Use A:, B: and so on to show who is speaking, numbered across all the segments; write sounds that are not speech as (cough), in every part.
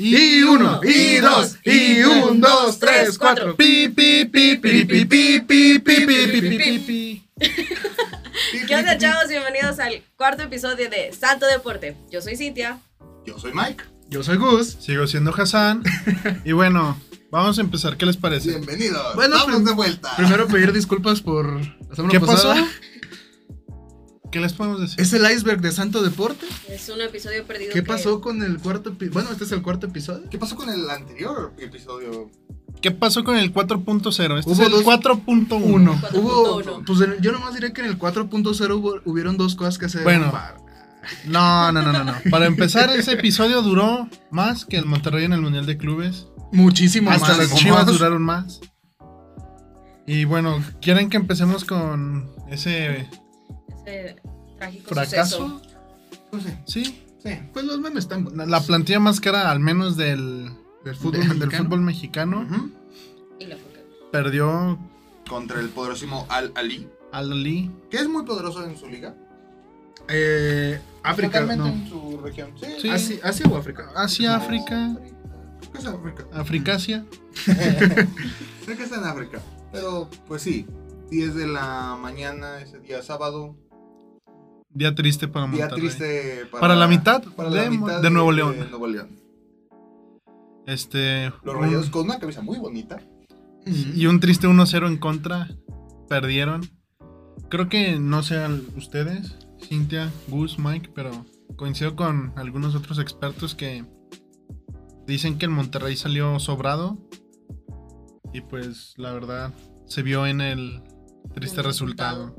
A: Y uno, y dos, y un, dos, tres, cuatro. Pi, pi, pi, pi, pi, pi, pi, pi, pi, pi, pi, pi, pi.
B: ¿Qué onda, chavos? Bienvenidos al cuarto episodio de Santo Deporte. Yo soy Cintia.
A: Yo soy Mike.
C: Yo soy Gus.
D: Sigo siendo
A: (laughs)
D: Hassan. Y bueno, vamos a empezar. ¿Qué les parece?
A: Bienvenidos.
C: Bueno,
A: Vamos
C: prim-
A: de vuelta.
C: Primero pedir disculpas por la semana
D: ¿Qué pasó?
C: pasada.
D: ¿Qué les podemos decir?
C: Es el iceberg de Santo Deporte.
B: Es un episodio perdido.
C: ¿Qué
B: que-
C: pasó con el cuarto episodio? Bueno, este es el cuarto episodio.
A: ¿Qué pasó con el anterior episodio?
D: ¿Qué pasó con el 4.0? Este
C: Hubo
D: es el
C: dos-
D: 4.1.
C: Hubo,
B: 4.1.
C: pues en- yo nomás diré que en el 4.0 hubo- hubieron dos cosas que se
D: Bueno.
C: derrumbaron.
D: No, no, no, no, no. Para empezar, ese episodio duró más que el Monterrey en el Mundial de Clubes.
C: Muchísimo
D: Hasta
C: más.
D: las
A: ¿cómo
D: chivas
A: más?
D: duraron más. Y bueno, ¿quieren que empecemos con ese
B: Ese trágico
D: fracaso?
B: suceso.
A: No sé.
D: Sí.
A: Sí.
C: Pues los memes están buenos.
D: La plantilla más cara, al menos del, del fútbol,
C: Del
D: del
C: mexicano.
D: fútbol mexicano,
A: Ujú.
B: Y la poca-
D: perdió
A: Contra el poderosísimo Al Ali,
D: al Ali.
A: que es muy poderoso en su liga.
C: Eh, África,
A: Localmente
C: no.
A: en su región. Sí.
D: Sí.
C: Asia, Asia o África.
D: Asia, África,
A: Creo que es África.
D: Africasia.
A: Creo que está en África. Pero, pues sí. 10 de la mañana, ese día sábado.
D: Día triste para
A: Día
D: Monterrey.
A: triste para,
D: Ah, Para la mitad
A: para la
D: de-
A: mitad
D: de Nuevo León.
A: De Nuevo León.
D: Este.
A: Los
D: un-
A: rayados con una camisa muy bonita.
C: Mm.
D: Y un triste 1-0 en contra. Perdieron. Creo que no sean ustedes, Cintia, Gus, Mike, pero coincido con algunos otros expertos que dicen que el Monterrey salió sobrado. Y pues la verdad se vio en el triste
B: El
D: resultado.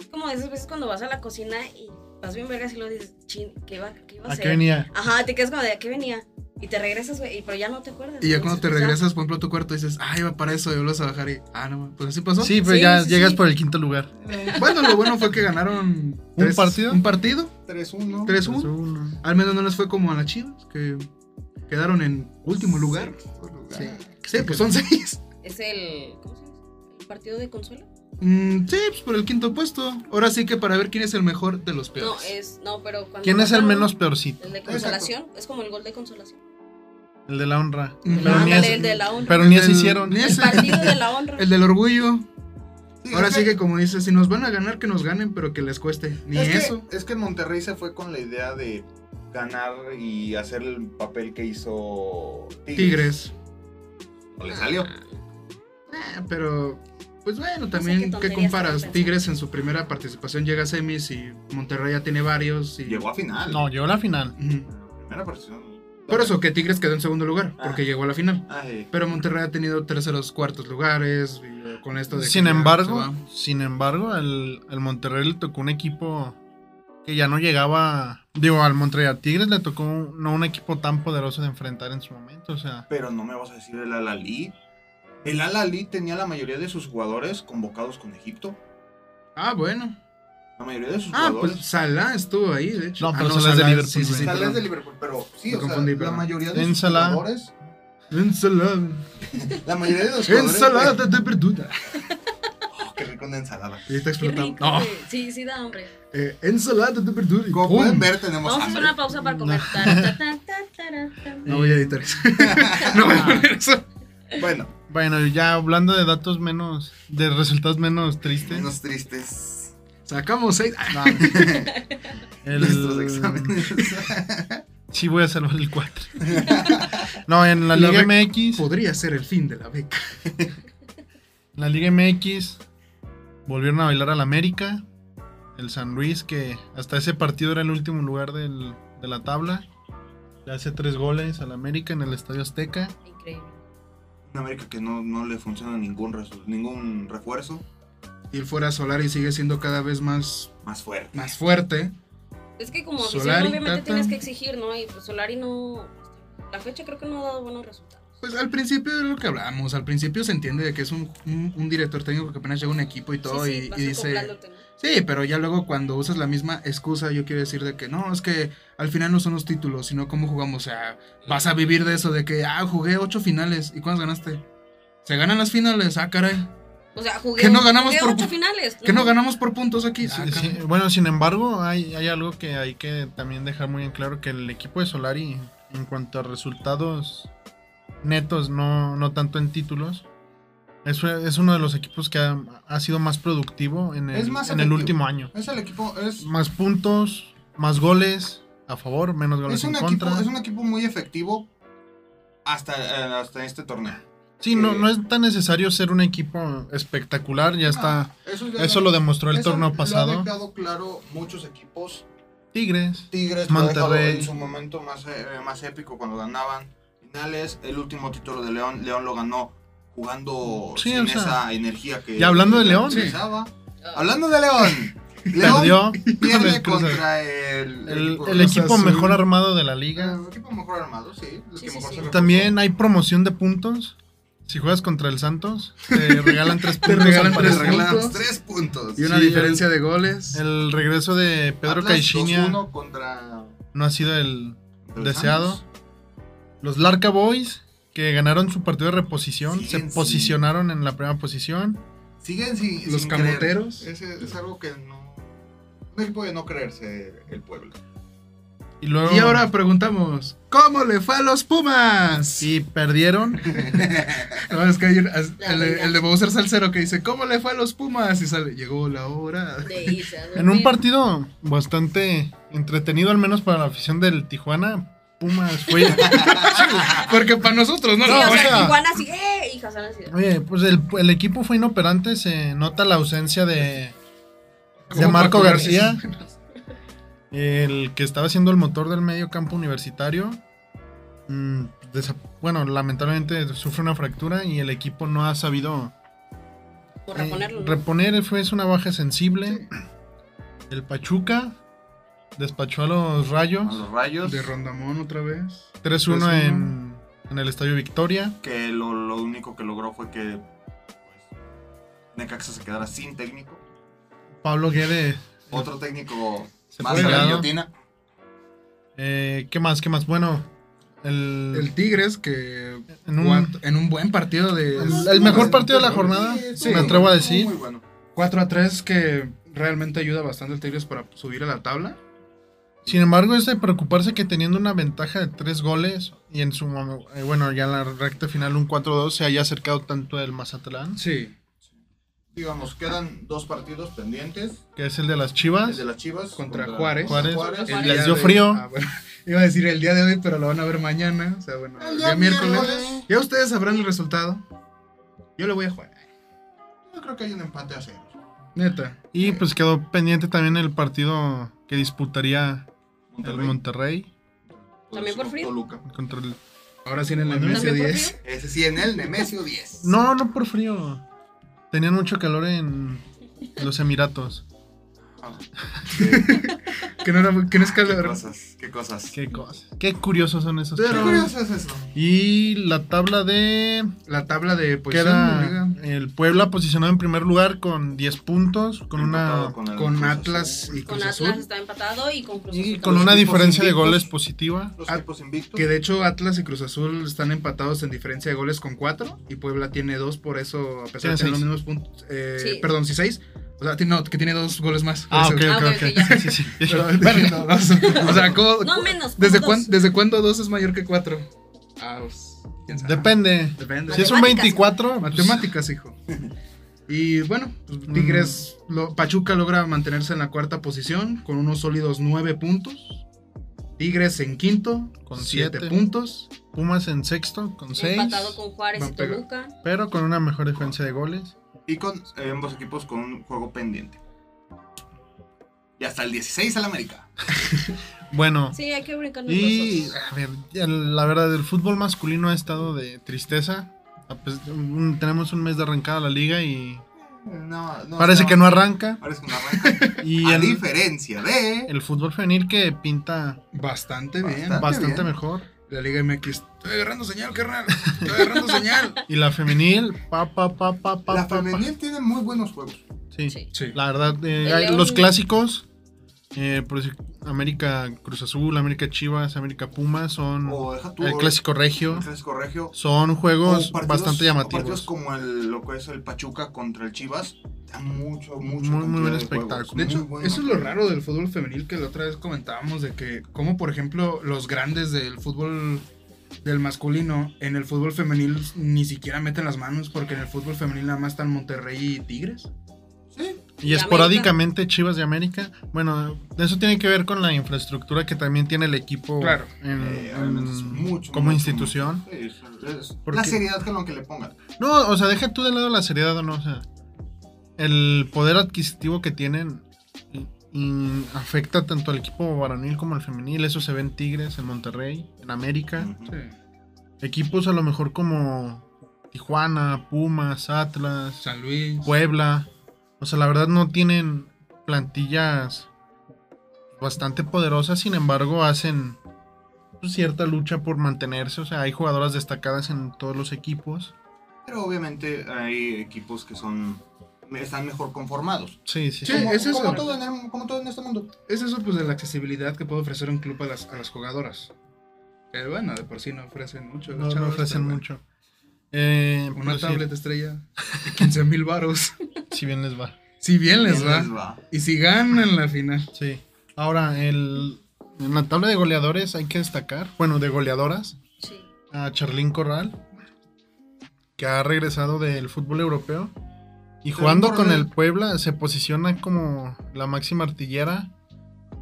B: Es como esas veces cuando vas a la cocina y vas bien vergas y lo dices, chin, ¿qué iba, qué iba a
D: ¿A
B: hacer?
D: qué venía?
B: Ajá, te quedas como de, ¿a qué venía? Y te regresas, güey, y- pero ya no te acuerdas.
C: Y ya cuando te
B: Entonces, o sea,
C: regresas, por ejemplo, a tu cuarto dices, ay, va para eso, y vuelves a bajar y, ah, no, pues así pasó.
D: Sí, pero
B: Sí,
D: ya
B: sí,
D: llegas
B: sí.
D: por el quinto lugar.
C: Bueno, lo bueno fue que ganaron tres-
D: partido?
C: Un partido,
A: 3-1.
C: 3-1.
D: Uno.
C: Al menos no les fue como a las Chivas, que quedaron en último lugar.
A: Sexto lugar.
C: Sí, Sí, pues son seis.
B: Es el. ¿Cómo se dice? ¿El partido de consuelo?
C: Mm, sí, pues por el quinto puesto. Ahora sí que para ver quién es el mejor de los peores.
B: No, es. No, pero cuando.
D: ¿Quién es el
B: matan,
D: menos peorcito?
B: El de
A: Exacto.
B: consolación. Es como el gol de consolación.
D: El de la honra.
C: Mm.
B: El-
D: Pero ni
B: ándale,
D: es-
B: el de la honra.
D: Pero ni
C: El
D: se
C: del-
D: hicieron.
C: ni
B: El
C: ese.
B: partido de la honra.
C: (laughs) El del orgullo. Ahora
A: es
C: sí que como dices, si nos van a ganar, que nos ganen, pero que les cueste. Ni
A: es
C: eso.
A: Que, es que Monterrey se fue con la idea de ganar y hacer el papel que hizo Tigres.
C: Tigres.
A: No le salió.
C: Ah, pero, pues bueno,
B: sé qué
C: también, ¿qué,
B: tonterías
C: comparas?
B: estaba
C: Tigres en su primera participación llega a semis y Monterrey ya tiene varios. Y...
A: Llegó a final.
D: No, llegó a la final.
C: Ujú.
A: La Primera participación.
C: Por eso que Tigres quedó en segundo lugar,
A: Ah.
C: porque llegó a la final.
A: Ay,
C: Pero Monterrey ha tenido terceros, cuartos lugares, y, eh, con esto de... que
D: Sin
C: ya se
D: embargo,
C: va.
D: sin embargo, al, al Monterrey le tocó un equipo que ya no llegaba. Digo, al Monterrey a Tigres le tocó un- no un equipo tan poderoso de enfrentar en su momento. O sea,
A: pero no me vas a decir el Alalí. El Alalí tenía la mayoría de sus jugadores convocados con Egipto.
C: Ah, bueno.
A: La mayoría de sus
C: Ah,
A: jugadores.
C: pues Salah estuvo ahí, de hecho.
D: No,
C: Ah,
D: pero Salah es de Liverpool,
C: Sí, sí, sí,
D: güey.
A: Tal vez
C: perdón.
A: de Liverpool, pero sí,
C: Me
A: o sea,
C: confundí,
A: la
C: perdón.
A: mayoría de
D: En
A: sus
D: Salah.
A: jugadores.
C: En Salah.
A: La mayoría de los
C: En
A: jugadores.
C: Salah de verdura.
A: Oh, qué rico una ensalada.
C: Y está
B: Qué
C: explotando.
B: rico.
C: No.
B: güey. Sí, sí da hambre.
C: Eh, ensalada de verdura.
A: Como
C: ¡Pum!
A: pueden ver, tenemos
B: Vamos a hacer
A: hambre.
B: una pausa para comer.
D: No.
C: (laughs)
B: Tara, ta, ta, tara, ta.
C: No voy a editar eso. (laughs) no voy a poner eso.
A: Bueno,
D: bueno, ya hablando de datos menos. de resultados menos tristes.
A: menos tristes.
C: Sacamos seis. Ah,
D: No, (laughs) el-
A: Nuestros exámenes. (laughs)
D: Sí, voy a salvar el 4. (laughs) no, en la
C: La
D: Liga
C: rec-
D: MX.
C: Podría ser el fin de la beca.
D: En la Liga MX volvieron a bailar al América. El San Luis, que hasta ese partido era el último lugar del- de la tabla. Le hace tres goles al América en el Estadio Azteca.
A: Ah,
B: Increíble.
A: Una América que no, no le funciona ningún, resu- ningún refuerzo
C: Y el fuera Solari sigue siendo cada vez más,
A: más fuerte.
C: más fuerte.
B: Es que como afición
C: Solari,
B: obviamente
C: Tata.
B: tienes que exigir, ¿no? Y pues Solari no... La fecha creo que no ha dado buenos resultados.
C: Pues al principio es lo que hablamos. Al principio se entiende de que es un, un- un director técnico que apenas llega a un equipo y todo.
B: sí, sí,
C: y-
B: vas
C: y, dice.
B: acoplándote, ¿no?
C: Sí, pero ya luego cuando usas la misma excusa, yo quiero decir de que no, es que al final no son los títulos, sino cómo jugamos. O sea, vas a vivir de eso, de que, ah, jugué ocho finales. ¿Y cuántas ganaste? Se ganan las finales, ah, caray.
B: O sea, jugué,
C: Que no ganamos
B: jugué
C: por-
B: ocho finales.
C: Que no ganamos por puntos aquí. Ah,
D: Sí, sí,
C: caray.
D: bueno, sin embargo, hay, hay algo que hay que también dejar muy en claro, que el equipo de Solari en cuanto a resultados netos, no, no tanto en títulos. Es, es uno de los equipos que ha, ha sido más productivo en el,
A: Es más
D: en el
A: efectivo.
D: último año.
A: Es el equipo, es,
D: Más puntos, más goles a favor, menos goles
A: es, un
D: en
A: equipo,
D: contra.
A: es un equipo muy efectivo hasta, eh, hasta este torneo.
D: Sí, no,
A: eh,
D: no es tan necesario ser un equipo espectacular, ya está.
A: Eso, ya
D: Eso lo demostró el
A: eso
D: torneo
A: Ah, Lo
D: pasado.
A: han dejado claro muchos equipos.
D: Tigres.
A: Tigres lo ha dejado
D: Monterrey.
A: en su momento más, eh, más épico cuando ganaban finales. El último título de León, León lo ganó jugando
D: Sí,
A: sin
D: o sea,
A: esa energía que.
D: ya hablando de León, sí.
A: utilizaba.
B: Ah.
A: Hablando de León.
D: (laughs) Perdió
A: León
D: con
A: (laughs) pierde
D: el Cruz Azul.
A: contra el,
D: El,
A: equipo
D: el
A: Cruz
D: equipo
A: Azul. Ah,
D: mejor armado de la liga.
A: El equipo mejor armado, sí. el
B: Sí,
A: que
B: sí, sí.
A: mejor se reforzó.
D: También hay promoción de puntos. Si juegas contra el Santos,
A: (laughs)
D: te regalan tres puntos. al
C: regalan
A: Te
D: parecer.
C: tres
A: regalan
C: puntos.
A: tres puntos.
C: Y una
D: Sí,
C: diferencia de goles.
D: El regreso de Pedro
A: Atlas
D: Caixinha
A: 2-1 contra
D: no ha sido el
A: contra el
D: deseado.
A: Santos.
D: Los Larca Boys, que ganaron su partido de reposición,
A: Sí,
D: se
A: sí.
D: posicionaron en la primera posición.
A: Siguen sin.
C: Los
A: sin
C: camoteros.
A: creer. Ese es algo que no. Un equipo de no creerse el pueblo.
D: Y luego.
C: Y ahora preguntamos, ¿cómo le fue a los Pumas?
D: Y perdieron.
C: No, es que hay un- as- el, el de Bowser Salcero que dice, ¿cómo le fue a los Pumas? Y sale, llegó la hora. (laughs)
B: De irse a
D: En un
B: dormir.
D: partido bastante entretenido, al menos para la afición del Tijuana. Pumas fue.
C: Porque para nosotros no
B: Sí,
C: lo
D: No,
B: o
C: fue.
D: o sea-
B: sea, Tijuana así, ¡eh! Y Hassan así.
D: Oye, pues el, el equipo fue inoperante, se nota la ausencia de, de
C: Como
D: Marco
C: para
D: García,
C: curarse.
D: el que estaba siendo el motor del medio campo universitario. Mm, desa- bueno, lamentablemente sufre una fractura y el equipo no ha sabido
B: Por
D: eh,
B: reponerlo. ¿no?
D: reponer, fue es una baja sensible. El Pachuca despachó a los
A: A
D: Rayos
A: los rayos.
C: De Rondamón otra vez.
D: 3-1
C: 3-1.
D: en, en el Estadio Victoria.
A: que lo, lo único que logró fue que pues, Necaxa se quedara sin técnico.
D: Pablo Guede
A: Otro técnico
D: Se
A: más
D: fue,
A: de la
D: ¿no?
A: guillotina.
D: Eh, ¿Qué más? ¿Qué más? Bueno, el,
C: El Tigres que
D: en un-
C: cuat- en un buen partido de...
D: El- el mejor partido de la jornada,
A: Sí,
D: me atrevo a
A: estuvo
D: decir.
A: Muy bueno.
C: 4 a 3 que realmente ayuda bastante al Tigres para subir a la tabla.
D: sin embargo, es de preocuparse que teniendo una ventaja de tres goles y en su mom- eh, bueno, ya en la recta final un 4-2 se haya acercado tanto el Mazatlán,
C: Sí.
A: Digamos, quedan dos partidos pendientes.
D: que es el de las Chivas.
A: El de las Chivas
C: Contra Juárez.
A: contra
D: Juárez.
A: El
D: Les
A: día-
C: día
D: dio
C: de-
D: frío.
C: Ah, bueno, (laughs) iba a decir el día de hoy, pero lo van a ver mañana. O sea, bueno, el día, miércoles.
A: miércoles.
C: Ya ustedes sabrán el resultado. Yo le voy a jugar.
A: Yo creo que hay un empate a cero.
C: Neta.
D: Y pues quedó pendiente también el partido que disputaría el Monterrey
B: ¿También por frío?
A: Toluca.
D: contra el...
C: Ahora sí en el
D: Bueno,
C: Nemesio
B: ¿también por
C: 10.
A: Ese sí, en el Nemesio 10. (laughs)
D: No, no por frío. Tenían mucho calor en los Emiratos.
A: Ah,
D: (laughs)
C: (laughs) Que no, era, que no es
A: qué
C: calor.
A: cosas, qué cosas.
D: Qué cosa. Qué curiosos son esos.
A: Pero-
D: chavos.
A: curioso es eso.
D: Y la tabla de
C: La tabla de posición de
D: Queda
C: liga.
D: el Puebla posicionado en primer lugar con 10 puntos, con una,
A: Empatado el
C: Con
A: Cruz Azul.
C: Atlas y
B: Con
C: Cruz
B: Atlas
C: Azul.
B: está empatado y con Cruz
D: y
B: Azul.
D: con
A: Los
D: una
A: equipos
D: diferencia de
A: invictos.
D: goles positiva.
A: Los
C: Ah,
A: equipos invictos.
C: Que de hecho Atlas y Cruz Azul están empatados en diferencia de goles con 4 y Puebla tiene 2 por eso, a pesar
D: Tiene
C: de tener los
D: seis.
C: mismos puntos, eh,
B: Sí.
C: perdón, si 6, o sea, ti- no, que tiene 2 goles más.
D: Ah,
C: Por
D: ok,
C: eso-
B: Ah,
D: ok,
B: ok, ok, ya.
D: ok. Sí, sí, sí.
C: (laughs) Pero, (laughs) verga, no, no, o sea, ¿cómo-
B: No menos,
C: ¿desde,
B: con
C: cuán-
B: dos.
C: ¿Desde cuándo 2 es mayor que 4? Ah, pues, quién sabe.
D: Depende.
C: Depende.
D: Si es un
B: Matemáticas.
D: 24, pues,
C: Matemáticas, hijo. Y bueno, pues, Tigres, lo- Pachuca logra mantenerse en la cuarta posición con unos sólidos nueve puntos. Tigres en quinto
D: Con
C: con siete,
D: siete.
C: puntos.
D: Pumas en sexto con 6,
B: Empatado con Juárez
C: Va
B: y
C: a pegar.
B: Toluca.
D: pero con una mejor diferencia de goles.
A: Y con eh, ambos equipos con un juego pendiente. Y hasta el 16 al América.
D: Bueno,
B: Sí, hay que brincar los
D: y
B: dos.
D: a ver, ya la verdad, el fútbol masculino ha estado de tristeza. Ah, pues, un- tenemos un mes de arrancada la liga y
A: No, no, Ah,
D: parece que no arranca. (laughs)
A: Parece que no arranca.
D: Y
A: a
D: el,
A: diferencia de.
D: el fútbol femenil que pinta
C: Bastante bien.
A: Bastante.
D: bastante
A: Ah, bien.
D: mejor.
C: La Liga MX. Estoy agarrando señal, carnal. Estoy agarrando señal.
D: Y la femenil, pa, pa, pa, pa, pa,
A: la
D: pa, pa.
A: femenil tiene muy buenos juegos.
D: Sí.
B: Sí.
C: Sí.
D: La verdad, eh,
B: El
D: hay
B: León-
D: los clásicos. eh, por decir, América Cruz Azul, América Chivas, América Pumas son
A: O deja Oh, tú,
D: el clásico regio.
A: el clásico regio.
D: Son
A: O
D: juegos
A: partidos-
D: bastante
A: o
D: llamativos.
A: Partidos como el, lo que es el Pachuca contra el Chivas. Da mucho, mucho.
D: Muy, muy
A: cantidad
D: buen
A: de juegos,
D: espectáculo.
C: De
A: muy
C: hecho,
A: bueno.
C: eso es lo raro del fútbol femenil que la otra vez comentábamos de que, como por ejemplo, los grandes del fútbol del masculino, en el fútbol femenil ni siquiera meten las manos, porque en el fútbol femenil nada más están Monterrey y Tigres.
A: Sí,
D: Y
B: Y
D: esporádicamente Chivas de América. Bueno, eso tiene que ver con la infraestructura que también tiene el equipo
C: Claro.
D: en-
A: Eh,
D: en-
A: es mucho,
D: Mm, como
A: mucho,
D: institución.
A: sí, es- es-
D: ¿Por
A: la
D: qué?
A: seriedad que lo que le pongan.
D: No, o sea, deja tú de lado la seriedad o no. O sea, el poder adquisitivo que tienen y- y afecta tanto al equipo varonil como al femenil. Eso se ve en Tigres, en Monterrey, en América.
A: Ujú.
D: Equipos a lo mejor como Tijuana, Pumas, Atlas.
C: San Luis.
D: Puebla. O sea, la verdad no tienen plantillas bastante poderosas, sin embargo hacen pues, cierta lucha por mantenerse. O sea, hay jugadoras destacadas en todos los equipos.
A: Pero obviamente hay equipos que son están mejor conformados.
D: Sí, sí.
C: Sí,
D: sí.
A: como,
C: es eso.
A: como todo en el- como todo en este mundo.
C: Es eso, pues, de la accesibilidad que puede ofrecer un club a las, a las jugadoras. Que bueno, de por sí no ofrecen mucho. las
D: No, no
C: chavas,
D: ofrecen
C: pero bueno.
D: mucho. Eh,
C: Una
D: pero sí,
C: tablet estrella de 15 mil varos. (laughs)
D: si bien les va.
C: Si bien les
A: Bien
C: va. Y si ganan la final.
D: Sí. Ahora, el, en la tabla de goleadores hay que destacar, bueno, de goleadoras,
B: Sí.
D: a Charlín Corral, que ha regresado del fútbol europeo. Y
A: Charlín
D: jugando con
A: Corral.
D: el Puebla se posiciona como la máxima artillera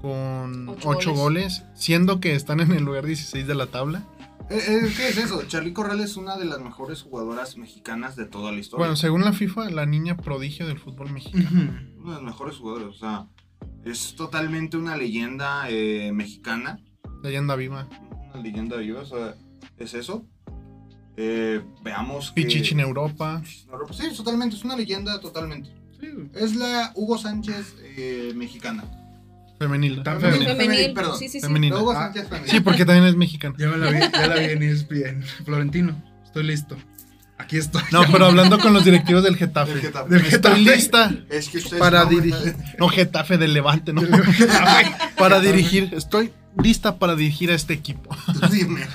D: con
B: Ocho
D: 8 goles. siendo que están en el lugar 16 de la tabla.
A: Eh, eh, ¿Qué es eso? Charly Corral es una de las mejores jugadoras mexicanas de toda la historia.
D: Bueno, según la FIFA, la niña prodigio del fútbol
A: (laughs)
D: mexicano.
A: Una de las mejores jugadoras, o sea, es totalmente una leyenda eh, mexicana.
D: Leyenda viva.
A: Una leyenda viva, o sea, es eso. Eh, veamos que...
D: Pichichi en Europa.
A: No, pues Sí, totalmente, es una leyenda totalmente.
C: Sí, güey.
A: Es la Hugo Sánchez eh, mexicana.
D: Femenil.
C: Tan
A: Femenil,
B: Femenil.
A: perdón.
B: Sí, sí, sí.
D: Femenil.
A: La Hugo
C: Ah,
A: Sánchez también.
D: Sí, porque también es
A: (laughs)
D: mexicana.
C: (laughs) Ya me la vi, ya la vi E venir bien. Florentino, estoy listo. Aquí estoy.
D: No, pero hablando con los directivos del Getafe.
A: Del
C: (laughs)
A: Getafe.
C: Del Getafe.
D: Estoy
C: (laughs)
D: lista
A: Es que ustedes
D: para
A: no, (laughs)
D: dirigir. No, Getafe del Levante, ¿no? para dirigir. Estoy lista para dirigir a este equipo.
A: ¿verdad? Dime.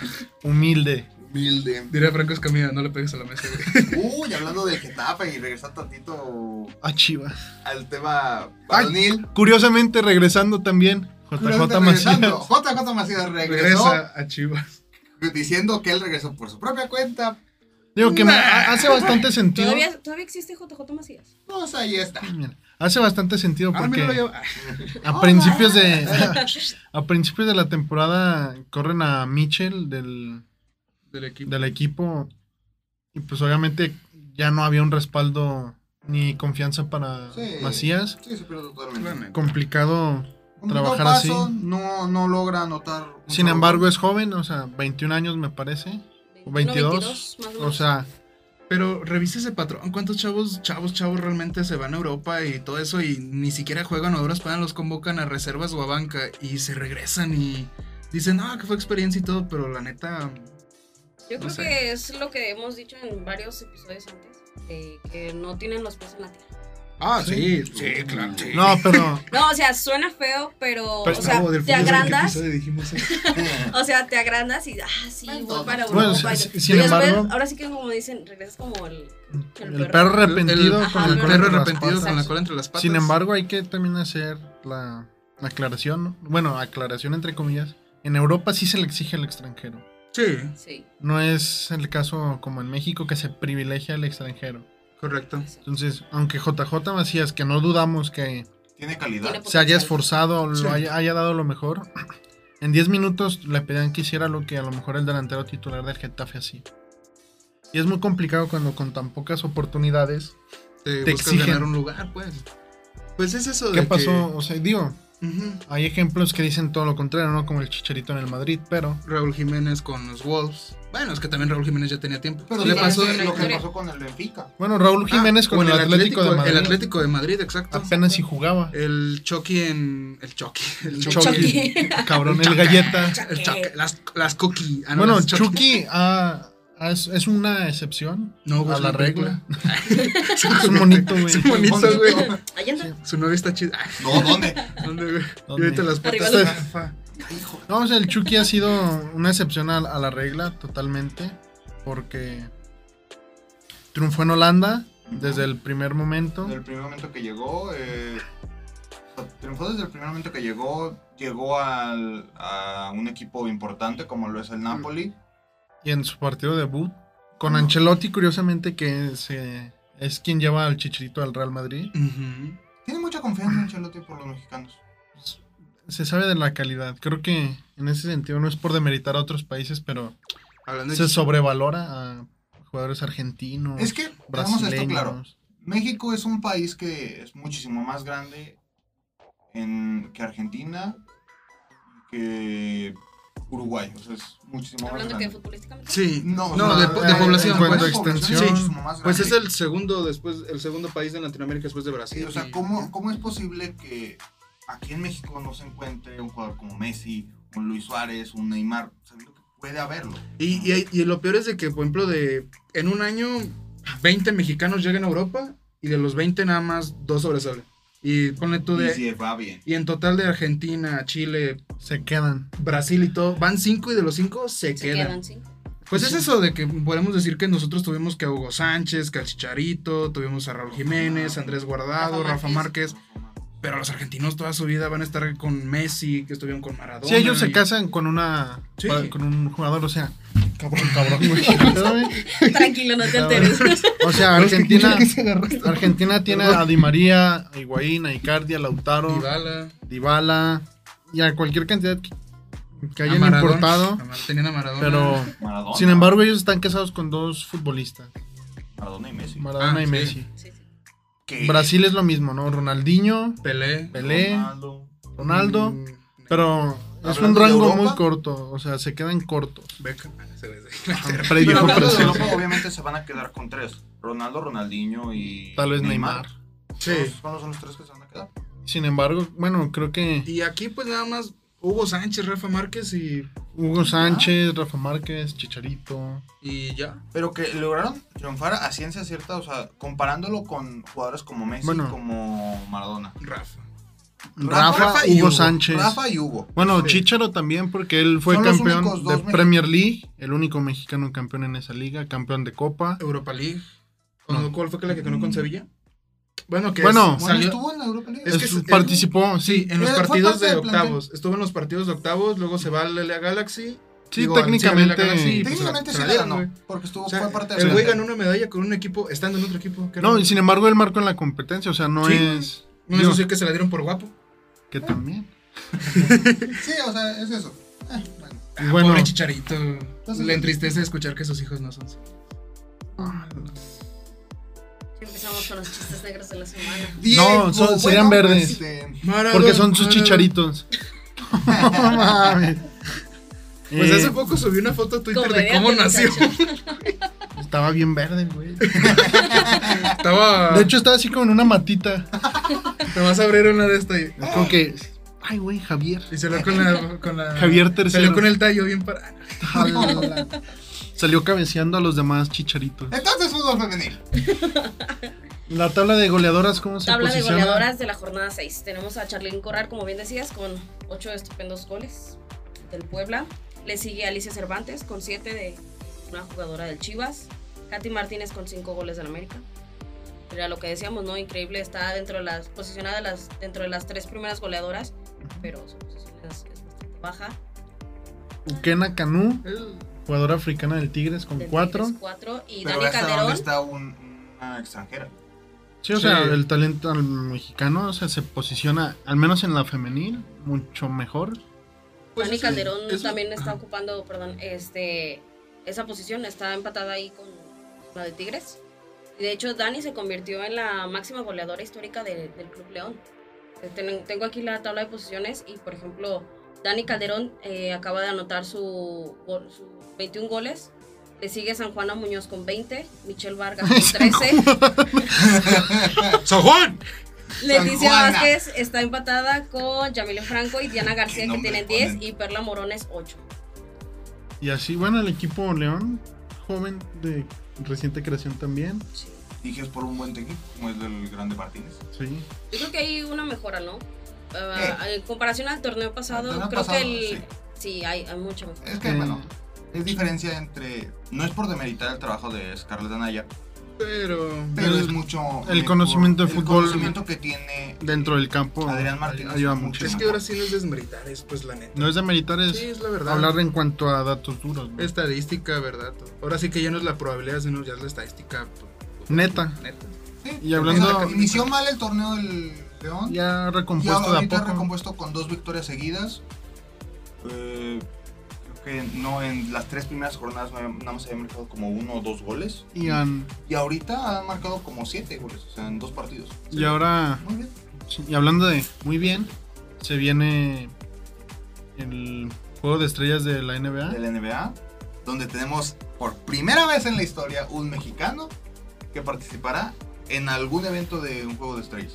D: Humilde.
A: Humilde.
C: Diría Franco Escamilla, no le pegues a la mesa, güey.
A: Uy, hablando del Getafe y regresar tantito
D: A Chivas.
A: al tema varonil.
D: Curiosamente, regresando también. JJ Macías.
A: Regresando, JJ Macías regresó
C: Regresa a Chivas.
A: diciendo que él regresó por su propia cuenta.
D: Digo que me- ha- hace bastante sentido.
B: ¿Todavía, ¿Todavía existe JJ
A: (laughs)
B: Macías?
A: Pues ahí está.
D: Mira, hace bastante sentido
C: Ah,
D: porque
C: mira, lo lleva.
D: a principios de a principios de la temporada corren a Mitchell del
C: Del equipo.
D: del equipo. Y pues obviamente ya no había un respaldo ni confianza para
A: Sí.
D: Macías.
A: Sí, se pierde
C: La
A: totalmente.
C: neta.
D: Complicado.
A: Un
D: Trabajar
A: paso,
D: así.
A: No, no logra anotar. un
D: Sin
A: solo
D: embargo,
A: gol.
D: es joven, o sea, 21 años me parece. O 22.
B: más o
D: O
B: menos.
D: sea,
C: Pero revisa ese patrón. ¿Cuántos chavos, chavos, chavos realmente se van a Europa y todo eso y ni siquiera juegan o duras penas los convocan a reservas o a banca y se regresan y dicen, ah, que fue experiencia y todo, pero la neta.
B: Yo creo
C: sé.
B: que es lo que hemos dicho en varios episodios antes, eh, que no tienen los pies en la tierra.
C: Ah,
D: sí,
A: sí, claro, sí.
D: no, pero
B: No, o sea, suena feo, pero,
D: Pero
B: o sea, te agrandas.
C: dijimos eso?
B: O sea, te agrandas y, ah, sí, voy para Europa.
D: Bueno,
B: y-
D: sin-
B: y
D: sin
B: después,
D: embargo-
B: ahora sí que como dicen, regresas como el... El
D: el perro
B: perro.
D: arrepentido
C: el,
D: con
B: ajá,
D: la
C: el
B: el
D: cola
C: perro
D: entre las
C: arrepentido
D: patas.
C: con la cola entre las patas.
D: Sin embargo, hay que también hacer la aclaración, ¿no? bueno, aclaración entre comillas. En Europa sí se le exige al extranjero.
C: Sí,
B: Sí,
D: No es el caso como en México que se privilegia al extranjero.
C: correcto.
D: (laughs)
B: sí.
D: Entonces, aunque JJ Macías, que no dudamos que
A: Tiene calidad.
B: Tiene-
D: se haya
B: Potencial.
D: esforzado, lo
C: Sí.
D: haya, haya dado lo mejor, en 10 minutos le pedían que hiciera lo que a lo mejor el delantero titular del Getafe hacía. Y es muy complicado cuando con tan pocas oportunidades.
C: Te,
D: Te
C: buscas
D: exigen.
C: ganar un lugar, pues. Pues es eso de
D: ¿Qué
C: que-
D: pasó? O sea, digo,
C: Ujú.
D: hay ejemplos que dicen todo lo contrario, ¿no? Como el chicharito en el Madrid, pero
C: Raúl Jiménez con los Wolves. Bueno, es que también Raúl Jiménez ya tenía tiempo.
A: Pero
C: le
A: sí,
C: pasó
A: sí,
B: en-
A: lo que
B: en-
A: pasó con el Benfica.
D: bueno, Raúl Jiménez
C: Ah,
D: con, el Atlético, de Madrid
C: El Atlético Eh, de Madrid, exacto.
D: apenas si jugaba.
C: El Chucky en. El Chucky. El
D: El
C: Chucky.
D: Chucky,
B: Chucky.
D: cabrón, el
C: Chucky.
D: galleta.
B: Eh.
C: El Chucky, Las, las Cookie. ah, no,
D: Bueno,
C: las Chucky.
D: Chucky ha, Ah, Es, es una excepción
C: No, güey,
D: a
C: es
D: la
C: una
D: regla.
C: película. (laughs)
D: es un monito, güey.
C: Es un monito, güey.
B: Ahí entra.
C: Su novia está chida.
A: No, (laughs) ¿dónde?
C: ¿Dónde, güey? Y
D: ¿Dónde?
C: ahorita las
B: Arriba
C: patas.
B: del-
C: fa, fa.
A: Hijo.
D: Este, No, o sea, el Chucky ha sido una excepción a, a la regla totalmente. Porque triunfó en Holanda desde el primer momento.
A: Desde el primer momento que llegó, eh, o sea, triunfó desde el primer momento que llegó, llegó al, a un equipo importante como lo es el Napoli.
D: Y en su partido debut, con Ancelotti, curiosamente, que se- es quien lleva al Chicharito al Real Madrid.
C: Ujú.
A: Tiene mucha confianza en Chelote por los mexicanos.
D: Se sabe de la calidad. Creo que en ese sentido no es por demeritar a otros países, pero
C: Hablando de
D: se sobrevalora a jugadores argentinos,
A: Es que, veamos
D: brasileños.
A: esto claro, México es un país que es muchísimo más grande en, que Argentina, que Uruguay. O sea, es muchísimo más
B: Hablando que
A: grande.
B: futbolísticamente.
C: Sí.
A: No, eh,
C: No, de po- de población,
A: En cuanto a
C: pues.
A: extensión.
C: Sí.
A: es muchísimo más
C: Pues es
A: grande.
C: el segundo después, el segundo país de Latinoamérica después de Brasil.
A: Sí, o sea,
C: y-
A: ¿cómo, ¿cómo es posible que aquí en México no se encuentre un jugador como Messi, un Luis Suárez, un Neymar? Sabiendo que puede haberlo.
C: Y, y, hay- y lo peor es de que, por ejemplo, de en un año 20 mexicanos llegan a Europa y de los 20 nada más dos sobresalen. Y ponle tú
A: Y
C: de...
A: si va bien.
C: Y en total de Argentina, Chile,
D: Se quedan.
C: Brasil y todo, van cinco y de los cinco se,
B: Se
C: quedan.
B: quedan, sí.
C: Pues es eso de que podemos decir que nosotros tuvimos que a Hugo Sánchez, que al Chicharito, tuvimos a Raúl Jiménez, a Andrés Guardado,
B: Rafa
C: Rafa Márquez, pero los argentinos toda su vida van a estar con Messi, que estuvieron con Maradona.
D: Si ellos se
C: y- (laughs)
D: casan con una
C: Sí.
D: con un jugador, o sea, cabrón, cabrón, (laughs) güey.
B: Tranquilo, no te alteres.
D: O sea,
C: Pero es que
D: Argentina,
C: ¿quién se agarró esta-
D: Argentina tiene a Di María, a Higuaín, a Icardi, a Lautaro,
C: Dybala,
D: Dybala y a cualquier cantidad que, que
C: a
D: hayan
C: Maradona,
D: importado,
C: a Mar- Tenían a Maradona.
D: pero
A: Maradona.
D: sin embargo ellos están casados con dos futbolistas,
A: Maradona y Messi.
D: Maradona
C: Ah,
D: y
C: sí.
D: Messi.
B: Sí, sí.
A: Que-
D: Brasil es lo mismo, ¿no? Ronaldinho,
C: Pelé.
D: Pelé,
A: Ronaldo.
D: Ronaldo,
C: mm,
D: pero es un
A: Hablando de
D: rango
A: Europa.
D: muy corto, o sea, se quedan cortos.
C: Beckham. Ah, se les-
D: (laughs) Pero
A: Pero
D: yo
A: hablando de
D: presencia.
A: Europa, obviamente se van a quedar con tres. Ronaldo, Ronaldinho y...
D: Tal vez Neymar.
A: Esos
C: Sí.
A: Son, los tres que se van a quedar.
D: Sin embargo, bueno, creo que
C: Y aquí pues nada más Hugo Sánchez, Rafa Márquez y,
D: Hugo Sánchez, Rafa Márquez, Chicharito.
C: y ya.
A: Pero que lograron triunfar a ciencia cierta, o sea, comparándolo con jugadores como Messi,
D: Bueno.
A: como Maradona.
C: Rafa.
D: Rafa,
A: y
D: Hugo Sánchez.
A: Rafa y Hugo.
D: Bueno,
C: Sí.
D: Chicharo también, porque él fue
A: Son los únicos
D: campeón
A: dos
D: de
A: mexicanos.
D: Premier League, el único mexicano campeón en esa liga, campeón de Copa.
C: Europa League. ¿Con-
D: No.
C: ¿Cuál fue que la que ganó
A: Mm.
C: con Sevilla? Bueno, que
D: Bueno,
C: es-
A: Bueno,
C: salió-
A: estuvo en la Europa League.
C: Es que
D: Es-
C: su-
D: participó, sí.
C: en los
A: Eh, Fue
C: partidos
A: parte
C: de
A: del plantel.
C: octavos. Estuvo en los partidos de octavos, luego se va al LA Galaxy.
D: Sí,
C: digo, al
D: técnicamente-
C: CLA Galaxy, y pues se la-
A: Técnicamente
C: se
A: sí
C: la
A: la
C: dieron,
A: ganó,
C: güey.
A: porque estuvo,
C: O sea,
A: fue parte de
C: el
A: la
C: güey
A: plantilla.
C: ganó una medalla con un equipo estando en otro equipo. que
D: No,
C: era-
D: y sin embargo él marcó en la competencia, o sea, no
C: Sí.
D: es
C: no es
D: digo-
C: decir que se la dieron por guapo.
D: que también.
A: Sí, o sea, es eso. Eh, bueno.
D: Y bueno,
C: Pobre chicharito.
A: Entonces-
C: Le entristece escuchar que sus hijos no son.
B: Empezamos con los chistes negros de la semana.
A: Diego,
D: son- serían verdes.
A: este,
D: porque son sus
C: Maradona.
D: chicharitos. No mames.
C: Pues
D: Eh,
C: hace poco subí una foto a Twitter de
B: Comediante,
C: cómo nació.
B: muchacho.
D: Estaba bien verde, güey.
C: Estaba.
D: De hecho, estaba así como en una matita.
C: Te vas a abrir una de estas y.
D: Es como que, ay, güey, Javier.
C: Y (laughs) salió con la. Con la
D: Javier tercero.
C: Salió con el tallo bien para.
D: (laughs) Ala. Salió cabeceando a los demás chicharitos.
A: Entonces, fútbol femenil.
D: La tabla de goleadoras, ¿cómo se
B: Tabla de
D: posiciona?
B: goleadoras de la jornada 6. Tenemos a Charlene Corral, como bien decías, con 8 estupendos goles del Puebla. Le sigue Alicia Cervantes con 7 de una jugadora del Chivas. Katy Martínez con 5 goles del América. Era lo que decíamos, ¿no? Increíble, está dentro de las, posicionada de las, dentro de las tres primeras goleadoras, pero su posición es, es bastante baja.
D: Ukena Kanú, jugadora africana del Tigres, con
B: Del
D: cuatro.
B: Tigres, cuatro. Y
A: Mm. Pero
B: Dani
A: hasta donde
B: Calderón.
A: está un- una extranjera.
D: Sí, o
C: Sí.
D: sea, el talento al mexicano o sea, se posiciona, al menos en la femenil, mucho mejor.
C: Pues
B: Dani
C: eso-
B: Calderón
C: eso-
B: también está
C: ajá.
B: ocupando, perdón, este, esa posición, está empatada ahí con la de Tigres. Y de hecho, Dani se convirtió en la máxima goleadora histórica de- del Club León. Eh, ten- Tengo aquí la tabla de posiciones y, por ejemplo, Dani Calderón eh, acaba de anotar su, gol- su 21 goles. Le sigue San Juana Muñoz con 20, Michelle Vargas con 13.
C: ¡San Juan!
B: Leticia
A: Juana.
B: Vázquez está empatada con Yamile Franco y Diana García que
A: nombre
B: tienen
A: ponen?
B: 10 y Perla Morones 8.
D: Y así, bueno, el equipo León joven de reciente creación también.
B: Sí.
A: Dirigidos por un buen técnico, como es del Grande Martínez.
D: Sí.
B: Yo creo que hay una mejora, ¿no? Ah, en comparación al torneo pasado,
A: Torneo
B: creo
A: pasado,
B: que el...
A: sí.
B: Sí, hay, hay mucha mejora.
A: Es que,
D: Eh,
A: bueno, es diferencia entre. No es por demeritar el trabajo de Scarlett Anaya,
C: Pero.
A: pero
D: El-
A: es mucho.
D: el conocimiento de
A: el
D: fútbol-
A: conocimiento que tiene.
D: Dentro del campo.
A: Adrián Martínez
D: Ayuda
A: es
D: mucho.
A: mucho
C: Es que ahora sí no es desmeritar, es pues la neta.
D: No es de meritar, es
C: Sí, es la verdad.
D: hablar en cuanto a datos duros. ¿no?
C: Estadística, verdad. Ahora sí que ya no es la probabilidad, sino ya es la estadística. pues,
D: Neta.
C: Neta.
A: Sí,
D: Y hablando-
A: o sea, Inició mal el torneo del León.
D: Ya
A: Y
D: recompuesto de a
A: ahorita
D: poco.
A: recompuesto con dos victorias seguidas. Eh, creo que no en las tres primeras jornadas no había- nada más había marcado como uno o dos goles.
D: Y, han-
A: Y ahorita han marcado como siete goles, o sea, en dos partidos.
D: y ahora,
A: Muy bien.
D: y hablando de muy bien, se viene el juego de estrellas de la
C: ¿Ah?
D: NBA.
A: Del NBA, donde tenemos por primera vez en la historia un mexicano que participará en algún evento de un juego de estrellas.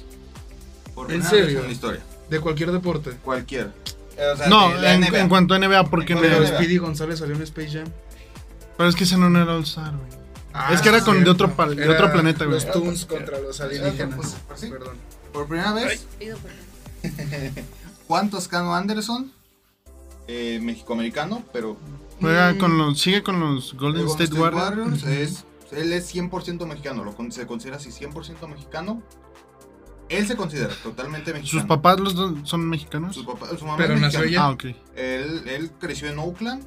A: Por
C: ¿En
A: primera
C: serio?
A: vez en la historia.
C: De cualquier deporte.
A: Cualquiera. Eh, o sea,
D: No,
A: de la
D: en,
A: NBA.
D: en cuanto a NBA, porque
A: En
D: no-
A: cuanto a
C: Pero
A: NBA.
C: Speedy González salió en Space Jam.
D: Pero es que ese no era All Star, güey. es que era con- de otro pal- de otro planeta, güey.
C: Ah, Los Toons contra los alienígenas.
A: Pues, sí.
C: Perdón.
A: Por primera vez
B: Pido perdón.
A: Juan Toscano Anderson, eh, mexicoamericano, pero
D: Juega
C: Mm.
D: con los, sigue con los Golden
A: Golden
D: State,
A: State
D: Warriors.
A: Warriors
C: Ujú.
A: es, él es 100% mexicano, lo con- se considera así 100% mexicano. Él se considera totalmente mexicano.
D: Sus papás los dos son mexicanos.
A: Su, papá- su mamá
C: Pero
A: es
C: nació ya.
A: mexicana.
D: Ah, ok.
A: Él, él creció en Oakland,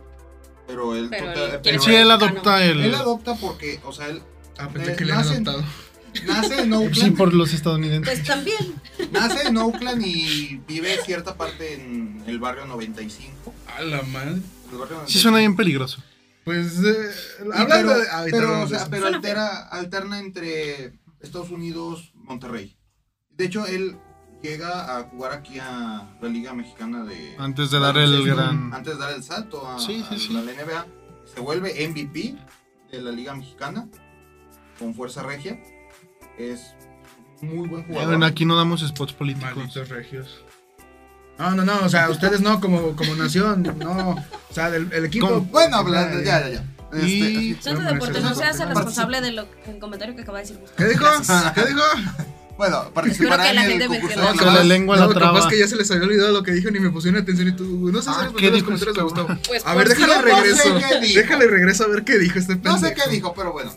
A: pero él,
B: Pero
A: total-
B: él
A: pero Ah,
D: Sí, él
B: mexicano.
D: adopta el.
A: él adopta porque, o sea, él
C: Ah,
A: Eh,
C: pensé que le han
A: nacen-
C: adoptado.
A: nace
D: (laughs)
A: en
D: Sí,
A: Oakland,
D: por los estadounidenses.
B: Pues también.
A: nace en Oakland y vive cierta parte en el barrio 95.
C: A la madre.
A: El barrio 95.
D: Sí, suena bien peligroso.
C: Pues. eh,
A: Y
C: hablando
A: pero,
C: de. ah, ahorita
A: pero,
C: hablamos
A: o
C: de
A: sea,
C: eso.
A: pero
B: Suena
A: altera- alterna entre Estados Unidos, Monterrey. De hecho, él llega a jugar aquí a la Liga Mexicana de.
D: Antes de dar el
A: baloncesto,
D: gran.
A: Antes de dar el salto a,
D: Sí, sí,
A: a
D: sí.
A: la NBA. Se vuelve MVP de la Liga Mexicana con fuerza regia. Es muy buen
D: Ya
A: jugador.
D: ven, aquí no damos spots políticos.
C: Malditos regios. No, no, no, o sea, ustedes no, como, como nación, no. O sea, del- el equipo.
D: Con-
A: Bueno, hablando, ya, ya, ya. Este,
D: Y-
A: así-
B: Santo
C: Bueno,
B: Deporte,
C: eso
B: no
C: es
B: seas el
A: importante.
B: responsable del comentario que acaba de decir. Gustavo.
C: ¿Qué dijo?
A: Gracias.
C: ¿Qué dijo?
B: (laughs)
A: bueno, participará
B: que
A: en
B: la
A: el
B: gente me
A: concurso
B: entienda.
A: de
D: Se la
A: clavados.
D: lengua la
C: no, capaz
D: traba.
C: que ya se les había olvidado lo que dijo ni me pusieron atención y tú. No sé si
D: Ah,
C: eres
D: ¿qué
C: porque los
D: dijo ese
C: comentarios de
D: cabrón?
B: (laughs)
C: Gustavo.
B: Pues,
C: A
B: por
C: ver, déjale
B: cierto,
A: no sé
C: regreso.
A: qué dijo.
C: Déjale regreso a ver qué dijo este pendejo.
A: No sé qué dijo, pero bueno.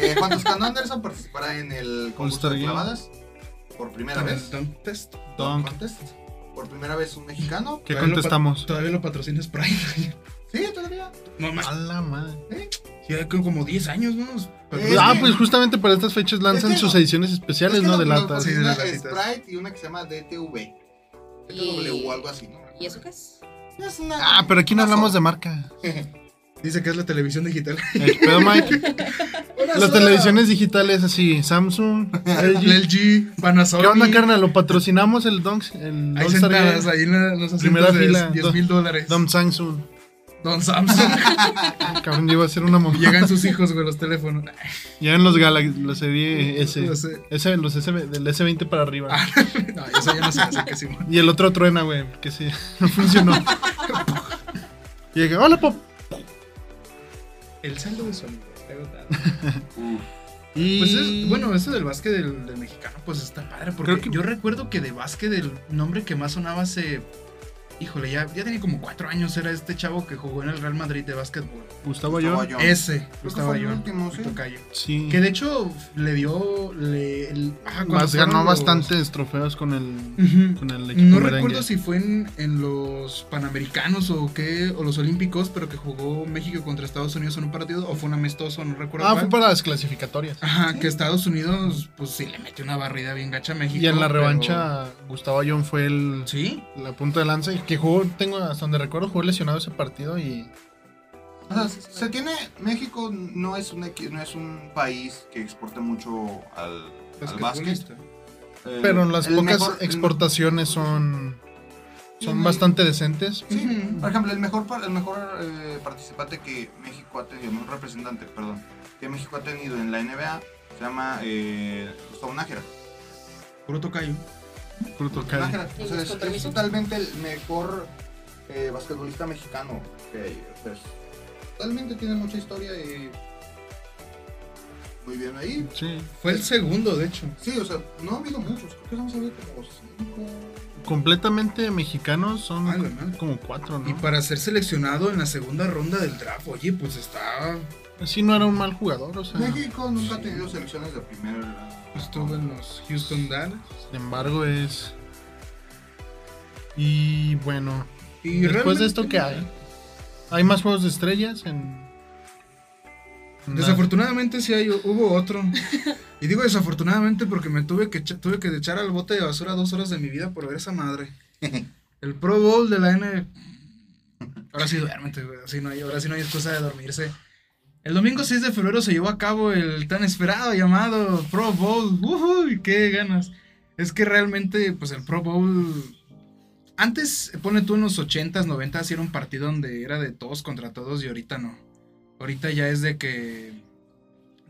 A: Eh, Juan Toscano Anderson participará en el concurso
D: All-Star
A: de
D: Game.
A: clavadas por primera vez.
C: Contest.
D: Dunk.
A: Contest. Por primera vez un mexicano.
D: ¿Qué
C: Todavía lo
D: contestamos?
C: pat- Todavía lo patrocina Sprite. (laughs)
A: Sí, todavía.
C: No más.
D: A la madre.
C: Ya con como 10 años, ¿no?
A: Es
D: Ah,
A: que-
D: pues justamente para estas fechas lanzan
A: es que
D: sus
A: no- pues,
D: ediciones especiales, ¿no? De
A: la
D: latas.
C: Sí, de las latitas.
A: Sprite y una que se llama DTV. DTW o algo así, ¿no?
B: ¿Y eso qué es?
A: Es una-
D: Ah, pero aquí no
A: una
D: hablamos de
A: soda.
D: marca.
C: Dice que es la televisión digital.
D: El pedo, Mike. Las televisiones digitales así, Samsung, LG.
C: LG, Panasonic.
D: ¿Qué onda, carnal? ¿Lo patrocinamos el Donks? El
C: Ahí
D: All-Star
C: sentadas,
D: Game?
C: ahí en la- los
D: Primera
C: asientos de
D: fila,
C: 10 mil dólares.
D: Dom Samsung.
C: Don Samsung.
D: Cabrón, yo iba a ser una mamá.
C: Llegan sus hijos, güey, los teléfonos.
D: Ya en los Galaxy, los E10, S.
C: Los E-
D: Ese, los S, del S20 para arriba.
C: Ah. No, eso ya no se hace que sí, güey.
D: Y el otro truena, güey, que sí, (laughs) no funcionó. Y dije, hola, pop.
C: El saldo de sonido. está agotado.
A: Uf,
D: Y...
C: Pues es, bueno, eso del básquet del, del mexicano, pues está padre. Porque
D: Creo que-
C: yo recuerdo que de básquet el nombre que más sonaba hace. Híjole, ya, ya tenía como cuatro años. Era este chavo que jugó en el Real Madrid de básquetbol.
D: Gustavo
A: Gustavo
D: yo.
A: Ayón.
C: Ese, Gustavo
A: fue el
C: Ayón,
A: último, sí.
C: el tocayo.
D: Sí.
C: Que de hecho le dio. Le, el- ah, cuando
D: Más, ganó
C: fueron los-
D: bastantes trofeos con el,
C: Ujú.
D: con el equipo
C: No
D: merengue.
C: recuerdo si fue en, en los Panamericanos o qué, o los Olímpicos, pero que jugó México contra Estados Unidos en un partido, o fue un amistoso, no recuerdo.
D: Ah,
C: cuál.
D: fue para las clasificatorias.
C: Ajá, que Estados Unidos, pues sí, le metió una barrida bien gacha a México.
D: Y en la
C: pero-
D: revancha, Gustavo Ayón fue el,
C: Sí.
D: la punta de lanza. Y que jugó, tengo hasta donde recuerdo, jugó lesionado ese partido. Y
A: O sea, se tiene. México no es un, equi- no es un país que exporte mucho al,
C: pues,
A: al básquet.
C: Basquetbolista.
A: Eh,
D: Pues Pero las
A: el
D: pocas
A: mejor- el-
D: exportaciones son, son
A: Tiene-
D: bastante decentes.
A: Sí,
C: Ujú.
A: por ejemplo, el mejor, par- el mejor eh, participante que México ha tenido, el mejor representante, perdón, que México ha tenido en la NBA se llama eh, Gustavo Nájera.
C: Puro tocayo.
D: Fruto Cali.
A: Nájera, o sea,
B: Con
A: es, es
B: permiso.
A: totalmente el mejor eh, basquetbolista mexicano que hay. o sea, es- realmente tiene mucha historia y muy bien ahí.
D: Sí.
C: Fue el segundo, de hecho.
A: Sí, o sea, no ha habido muchos, creo que vamos a ver como cinco.
D: Completamente mexicanos son
C: Ah, la madre.
D: como cuatro, ¿no?
C: Y para ser seleccionado en la segunda ronda del draft, oye, pues está.
D: Así no era un mal jugador, o sea.
A: México nunca
C: sí.
A: ha tenido selecciones de primera.
C: Estuvo en los Houston Dallas.
D: Sin embargo, es. Y bueno,
C: Y
D: después
C: realmente-
D: de esto, ¿qué hay? ¿Hay más juegos de estrellas en.? en la-
C: Desafortunadamente sí hay, hubo otro. Y digo desafortunadamente porque me tuve que, echa- tuve que echar al bote de basura dos horas de mi vida por ver esa madre. El Pro Bowl de la N. Ahora sí duérmete, güey. Así no hay, ahora sí no hay excusa de dormirse. El domingo 6 de febrero se llevó a cabo el tan esperado llamado Pro Bowl. ¡Uy! ¡Qué ganas! Es que realmente, pues el Pro Bowl. Antes, pone tú en los 80s, 90s, era un partido donde era de todos contra todos y ahorita no. Ahorita ya es de que.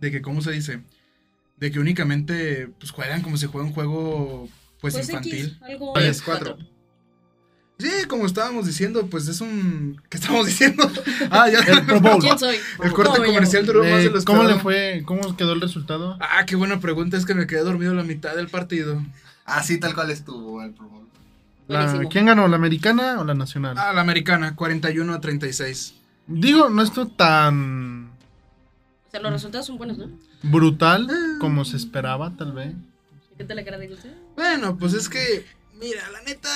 C: De que, ¿cómo se dice? De que únicamente pues juegan como si fuera un juego pues,
B: Pues
C: infantil.
B: X, algo
C: Tres,
D: (laughs)
B: cuatro.
C: Sí, como estábamos diciendo, pues es un. ¿Qué estábamos (laughs) diciendo? Ah, ya.
D: El Pro Bowl.
B: ¿Quién soy?
C: El corte
B: ¿Cómo me
C: comercial
B: llamo?
C: duró más de
D: Eh,
C: lo
D: ¿Cómo le
C: esperado.
D: fue? ¿Cómo quedó el resultado?
C: Ah, qué buena pregunta. Es que me quedé dormido la mitad del partido.
A: Así Ah, tal cual estuvo el Pro Bowl.
D: La-
B: Buenísimo.
D: ¿Quién ganó? ¿La americana o la nacional?
C: Ah, la americana, 41 a 36.
D: Digo, no estuvo tan
B: O sea, los resultados son buenos, ¿no?
D: brutal como se esperaba, tal vez.
B: ¿Qué te la cara de usted?
C: Bueno, pues es que. Mira, la neta.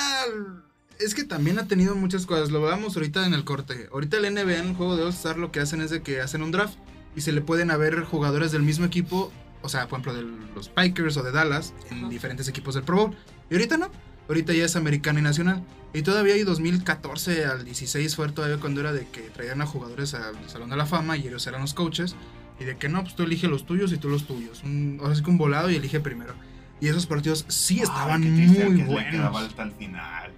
C: Es que también ha tenido muchas cosas. Lo veamos ahorita en el corte. Ahorita el NBA en el juego de All-Star lo que hacen es de que hacen un draft y se le pueden haber jugadores del mismo equipo. O sea, por ejemplo, de los Pikers o de Dallas en
B: Ajá.
C: diferentes equipos del Pro Bowl. Y ahorita no. Ahorita ya es americana y nacional. Y todavía hay 2014 al 16 fue todavía cuando era de que traían a jugadores al Salón de la Fama y ellos eran los coaches. Y de que no, pues tú elige los tuyos y tú los tuyos. Un, ahora sí que un volado y elige primero. Y esos partidos sí estaban muy buenos.
A: hasta el final.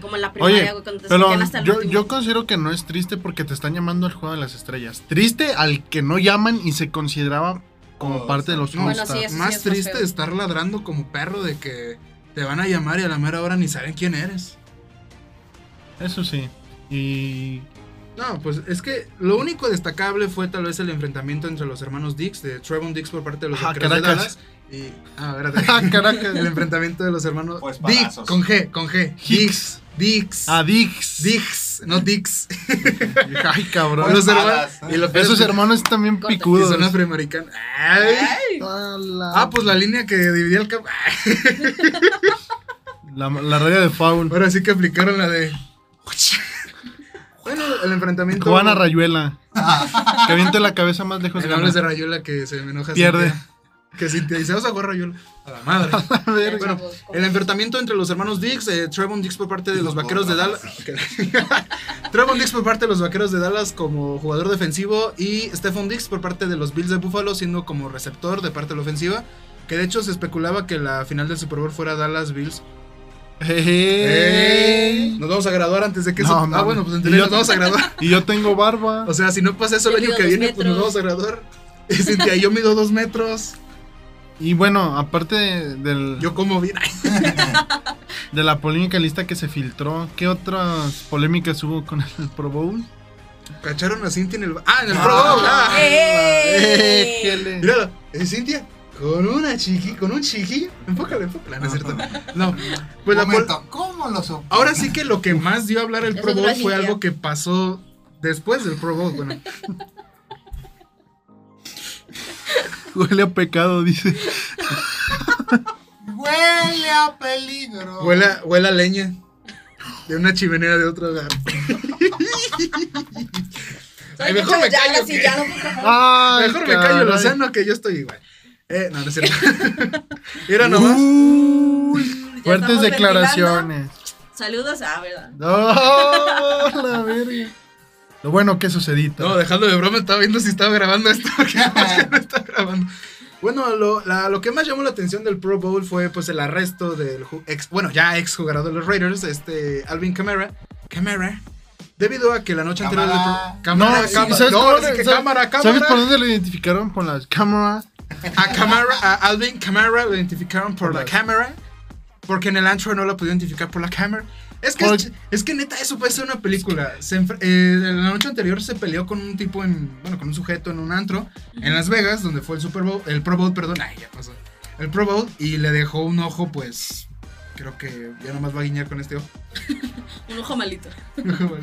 B: Como en la
D: Oye,
B: primaria, güey, cuando te
D: Pero
B: sacan hasta el
D: yo,
B: último.
D: yo considero que no es triste porque te están llamando al juego de las estrellas. Triste al que no llaman y se consideraba como
A: Oh,
D: parte de los
C: no,
B: Bueno,
D: All-Star.
B: sí, eso
C: Más
B: es más
C: triste
B: feo.
C: de estar ladrando como perro de que te van a llamar y a la mera hora ni saben quién eres.
D: Eso sí. Y (laughs)
C: No, pues es que lo único destacable fue tal vez el enfrentamiento entre los hermanos Dix, de Trevon Dix por parte de los
D: Ah,
C: Vaqueros de
D: Caracas.
C: Dallas y ah, espérate. (laughs)
D: Ah, Caracas.
C: el enfrentamiento de los hermanos
A: Pues,
C: Dix
A: balazos.
C: con G, con G.
D: Hicks.
C: Dix, Dix,
D: a Dix.
C: Dix, no Dix.
D: Ay, cabrón.
C: (laughs) Los hermanos
A: balas.
C: y los
D: Esos hermanos están bien
B: Corta.
C: y
D: picudos.
C: son afroamericanos. Ay.
D: A la-
C: Ah, pues la línea que dividía el campo.
D: La, la radio de Paul.
C: Ahora sí que aplicaron la de. Bueno, el enfrentamiento.
D: Juana Rayuela.
C: Ah.
D: que aviente la cabeza más lejos
C: Me
D: gana.
C: Pues hables de Rayuela que se me enoja.
D: Pierde.
C: Cintia. Que Cintia dice, vamos a jugar Rayuela. A la madre.
D: (laughs) A ver,
C: bueno,
B: Chavos, ¿cómo?
C: el enfrentamiento entre los hermanos Dix, eh, Trevon Dix por parte de los vaqueros de Dallas. (laughs) Trevon Dix por parte de los vaqueros de Dallas como jugador defensivo y Stephon Dix por parte de los Bills de Buffalo siendo como receptor de parte de la ofensiva. Que de hecho se especulaba que la final del Super Bowl fuera Dallas Bills
D: Ey.
C: Nos vamos a graduar antes de que
D: Eh. No,
C: eso. Ah,
D: mames.
C: bueno, pues entonces
D: Y yo-
C: nos vamos a graduar.
D: Y yo tengo barba.
C: O sea, si no pasa eso el
B: Yo
C: año
B: mido
C: que
B: dos
C: viene, pues nos
B: metros.
C: vamos a graduar. Y Cintia, yo mido dos metros.
D: Y bueno, aparte de- del,
C: Yo como bien.
D: de la polémica lista que se filtró, ¿qué otras polémicas hubo con el (laughs) Pro Bowl?
C: Cacharon a Cintia en el. ba- ¡Ah, en el
A: Ah.
C: Pro Bowl! ah.
B: ¡Ey!
D: ¿Qué le-
C: Mírala, eh, Cintia, con una chiqui, con un chiqui. Enfócala, enfócala, no es cierto. No, pues la pol-
A: Momento, ¿cómo lo supo?
C: Ahora sí que lo que más dio a hablar el
B: Es
C: Pro
B: otra
C: Bowl fue
B: Cintia.
C: algo que pasó después del Pro Bowl. Bueno,
D: Huele a pecado, dice.
A: Huele a peligro.
C: huele, a- huele a leña de una chimenea de otro hogar.
B: Soy
C: Ay,
B: de
C: mejor me
B: Chavos, ya,
C: callo,
B: sí,
C: ¿qué?
B: ya, no, por favor.
D: Ay,
C: Mejor me callo el
D: caray.
C: océano que yo estoy igual. Eh, no, no es cierto. (laughs) Mira nomás.
D: Uy,
B: Ya
D: fuertes
B: estamos
D: declaraciones.
B: Saludos, ah, ¿verdad?
D: Oh, (laughs) la verga. Lo bueno que sucedito.
C: No, dejando de broma, estaba viendo si estaba grabando esto. (laughs) porque no está grabando. Bueno, lo, la- lo que más llamó la atención del Pro Bowl fue pues el arresto del ju- ex, bueno, ya ex jugador de los Raiders, este Alvin Kamara. Kamara. Debido a que la noche anterior del
A: Cámara.
C: Pro- Cámara,
D: sí,
C: cámara.
D: ¿sabes
C: No,
D: cómo
C: ahora
D: le-
C: sí que
D: sabes-
C: cámara,
D: ¿Sabes por
C: cámara.
D: dónde lo identificaron? Por las cámaras.
C: A Kamara, a Alvin Kamara lo identificaron por la cámara. Porque en el antro no lo pudieron identificar por la cámara. Es que,
D: Por-
C: es, es que neta, eso puede ser una película. Se enfre- eh, la noche anterior se peleó con un tipo en. Bueno, con un sujeto en un antro en Las Vegas, donde fue el Super Bowl. El Pro Bowl, perdón. Ay, ya pasó. El Pro Bowl y le dejó un ojo, pues. Creo que ya nomás va a guiñar con este ojo. (laughs)
B: Un ojo malito.
C: pues
A: No,
C: al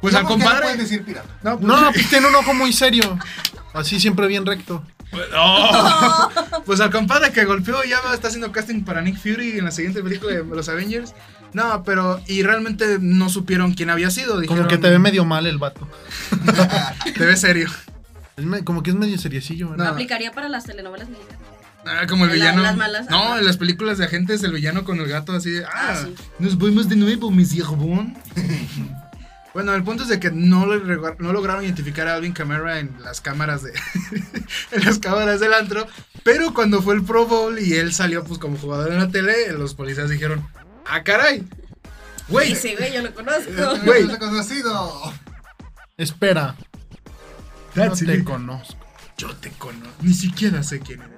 A: porque no
C: compadre.
A: puedes decir pirata.
C: No, pues,
D: No, pues tiene un ojo muy serio. Así siempre bien recto.
C: ¡Oh! pues al compadre que golpeó ya va- está haciendo casting para Nick Fury en la siguiente película de los Avengers. No, pero. Y realmente no supieron quién había sido.
D: Como
C: dijeron,
D: que te ve medio mal el vato.
C: Te ve serio.
D: Es me- como que es medio seriecillo, ¿verdad?
C: No.
B: Aplicaría para las telenovelas mexicanas.
C: Ah, como el
B: La-
C: villano.
B: las malas,
C: no,
B: ajá.
C: en las películas de agentes, el villano con el gato así de. Ah,
B: Ah, sí.
C: nos vemos de nuevo, mis bon (laughs) bueno, el punto es de que no, le rega- no lograron identificar a Alvin Camara en las cámaras de. (laughs) en las cámaras del antro. Pero cuando fue el Pro Bowl y él salió pues como jugador en la tele, los policías dijeron. ¡Ah, caray! Güey,
B: Dice, güey, yo lo
A: Eh,
B: conozco.
C: Güey.
A: no te he conocido.
D: Espera. No
C: that's
D: te
C: it.
D: conozco.
C: Yo te conozco, ni siquiera sé quién eres.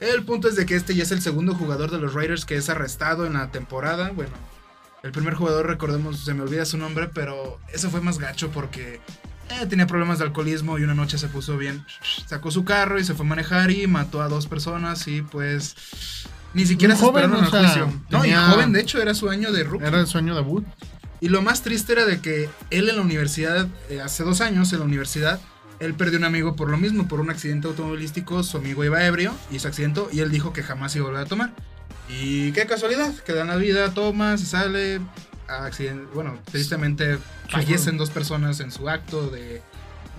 C: El punto es de que este ya es el segundo jugador de los Raiders que es arrestado en la temporada. Bueno, el primer jugador, recordemos, se me olvida su nombre, pero eso fue más gacho porque eh, tenía problemas de alcoholismo y una noche se puso bien. Sacó su carro y se fue a manejar y mató a dos personas y pues ni siquiera
D: Un
C: se
D: joven,
C: esperaron al
D: o sea,
C: juicio. No, y
D: tenía-
C: joven, de hecho, era su año de rookie.
D: Era el sueño debut.
C: Y lo más triste era de que él en la universidad, eh, hace dos años en la universidad, él perdió un amigo por lo mismo, por un accidente automovilístico, su amigo iba ebrio, hizo accidente y él dijo que jamás iba a volver a tomar. Y qué casualidad, que dan la vida, toma, se sale, accidente, bueno, tristemente fallecen dos personas en su acto de...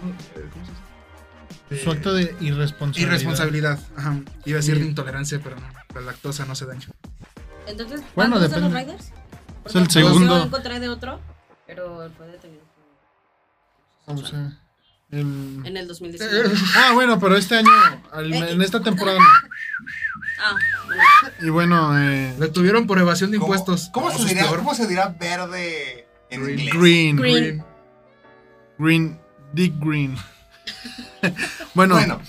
C: ¿cómo se dice? De-
D: Su acto de irresponsabilidad.
C: Irresponsabilidad, ajá. Iba a decir
D: Sí.
C: de intolerancia, pero no, la lactosa no se daña.
B: Entonces,
D: Bueno,
B: bueno, de los
D: depende.
B: Raiders?
D: Es el
B: Porque
D: segundo.
B: Yo encontré de otro, pero fue detenido.
D: O sea, el-
B: En el 2019.
C: Eh.
D: Ah, bueno, pero este año, al- en esta temporada. no.
B: Ah, bueno.
D: Y bueno, eh,
C: Lo tuvieron por evasión de
A: ¿Cómo-
C: impuestos.
A: ¿Cómo,
C: Eso
A: se
C: es
A: dirá,
C: peor.
A: ¿Cómo se dirá verde en
C: Green.
A: inglés?
D: Green, Green,
B: Green.
D: Dick Green. (laughs) bueno,
A: Bueno,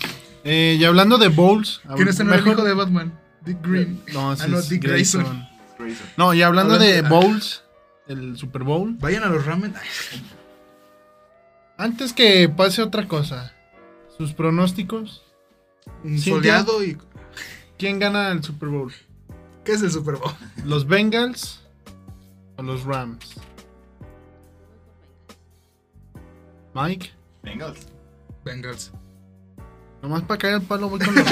D: eh, y hablando de Bowls,
B: Ah,
C: ¿Quién es el
D: mejor-
C: hijo de Batman? Dick Green.
D: No, ese
C: Ah, no,
D: es
C: Dick
D: Grayson.
C: Grayson.
A: Grayson.
D: No, y hablando, de
C: Hablando- ah.
D: Bowls, el Super Bowl.
C: Vayan a los ramen.
D: Antes que pase otra cosa, sus pronósticos. Cintia.
C: Soleado y.
D: ¿Quién gana el Super Bowl?
C: ¿Qué es el Super Bowl? (laughs)
D: ¿Los Bengals o los Rams? Mike,
A: Bengals.
B: (laughs)
C: Bengals.
D: nomás para caer al palo voy con
C: (laughs)
D: los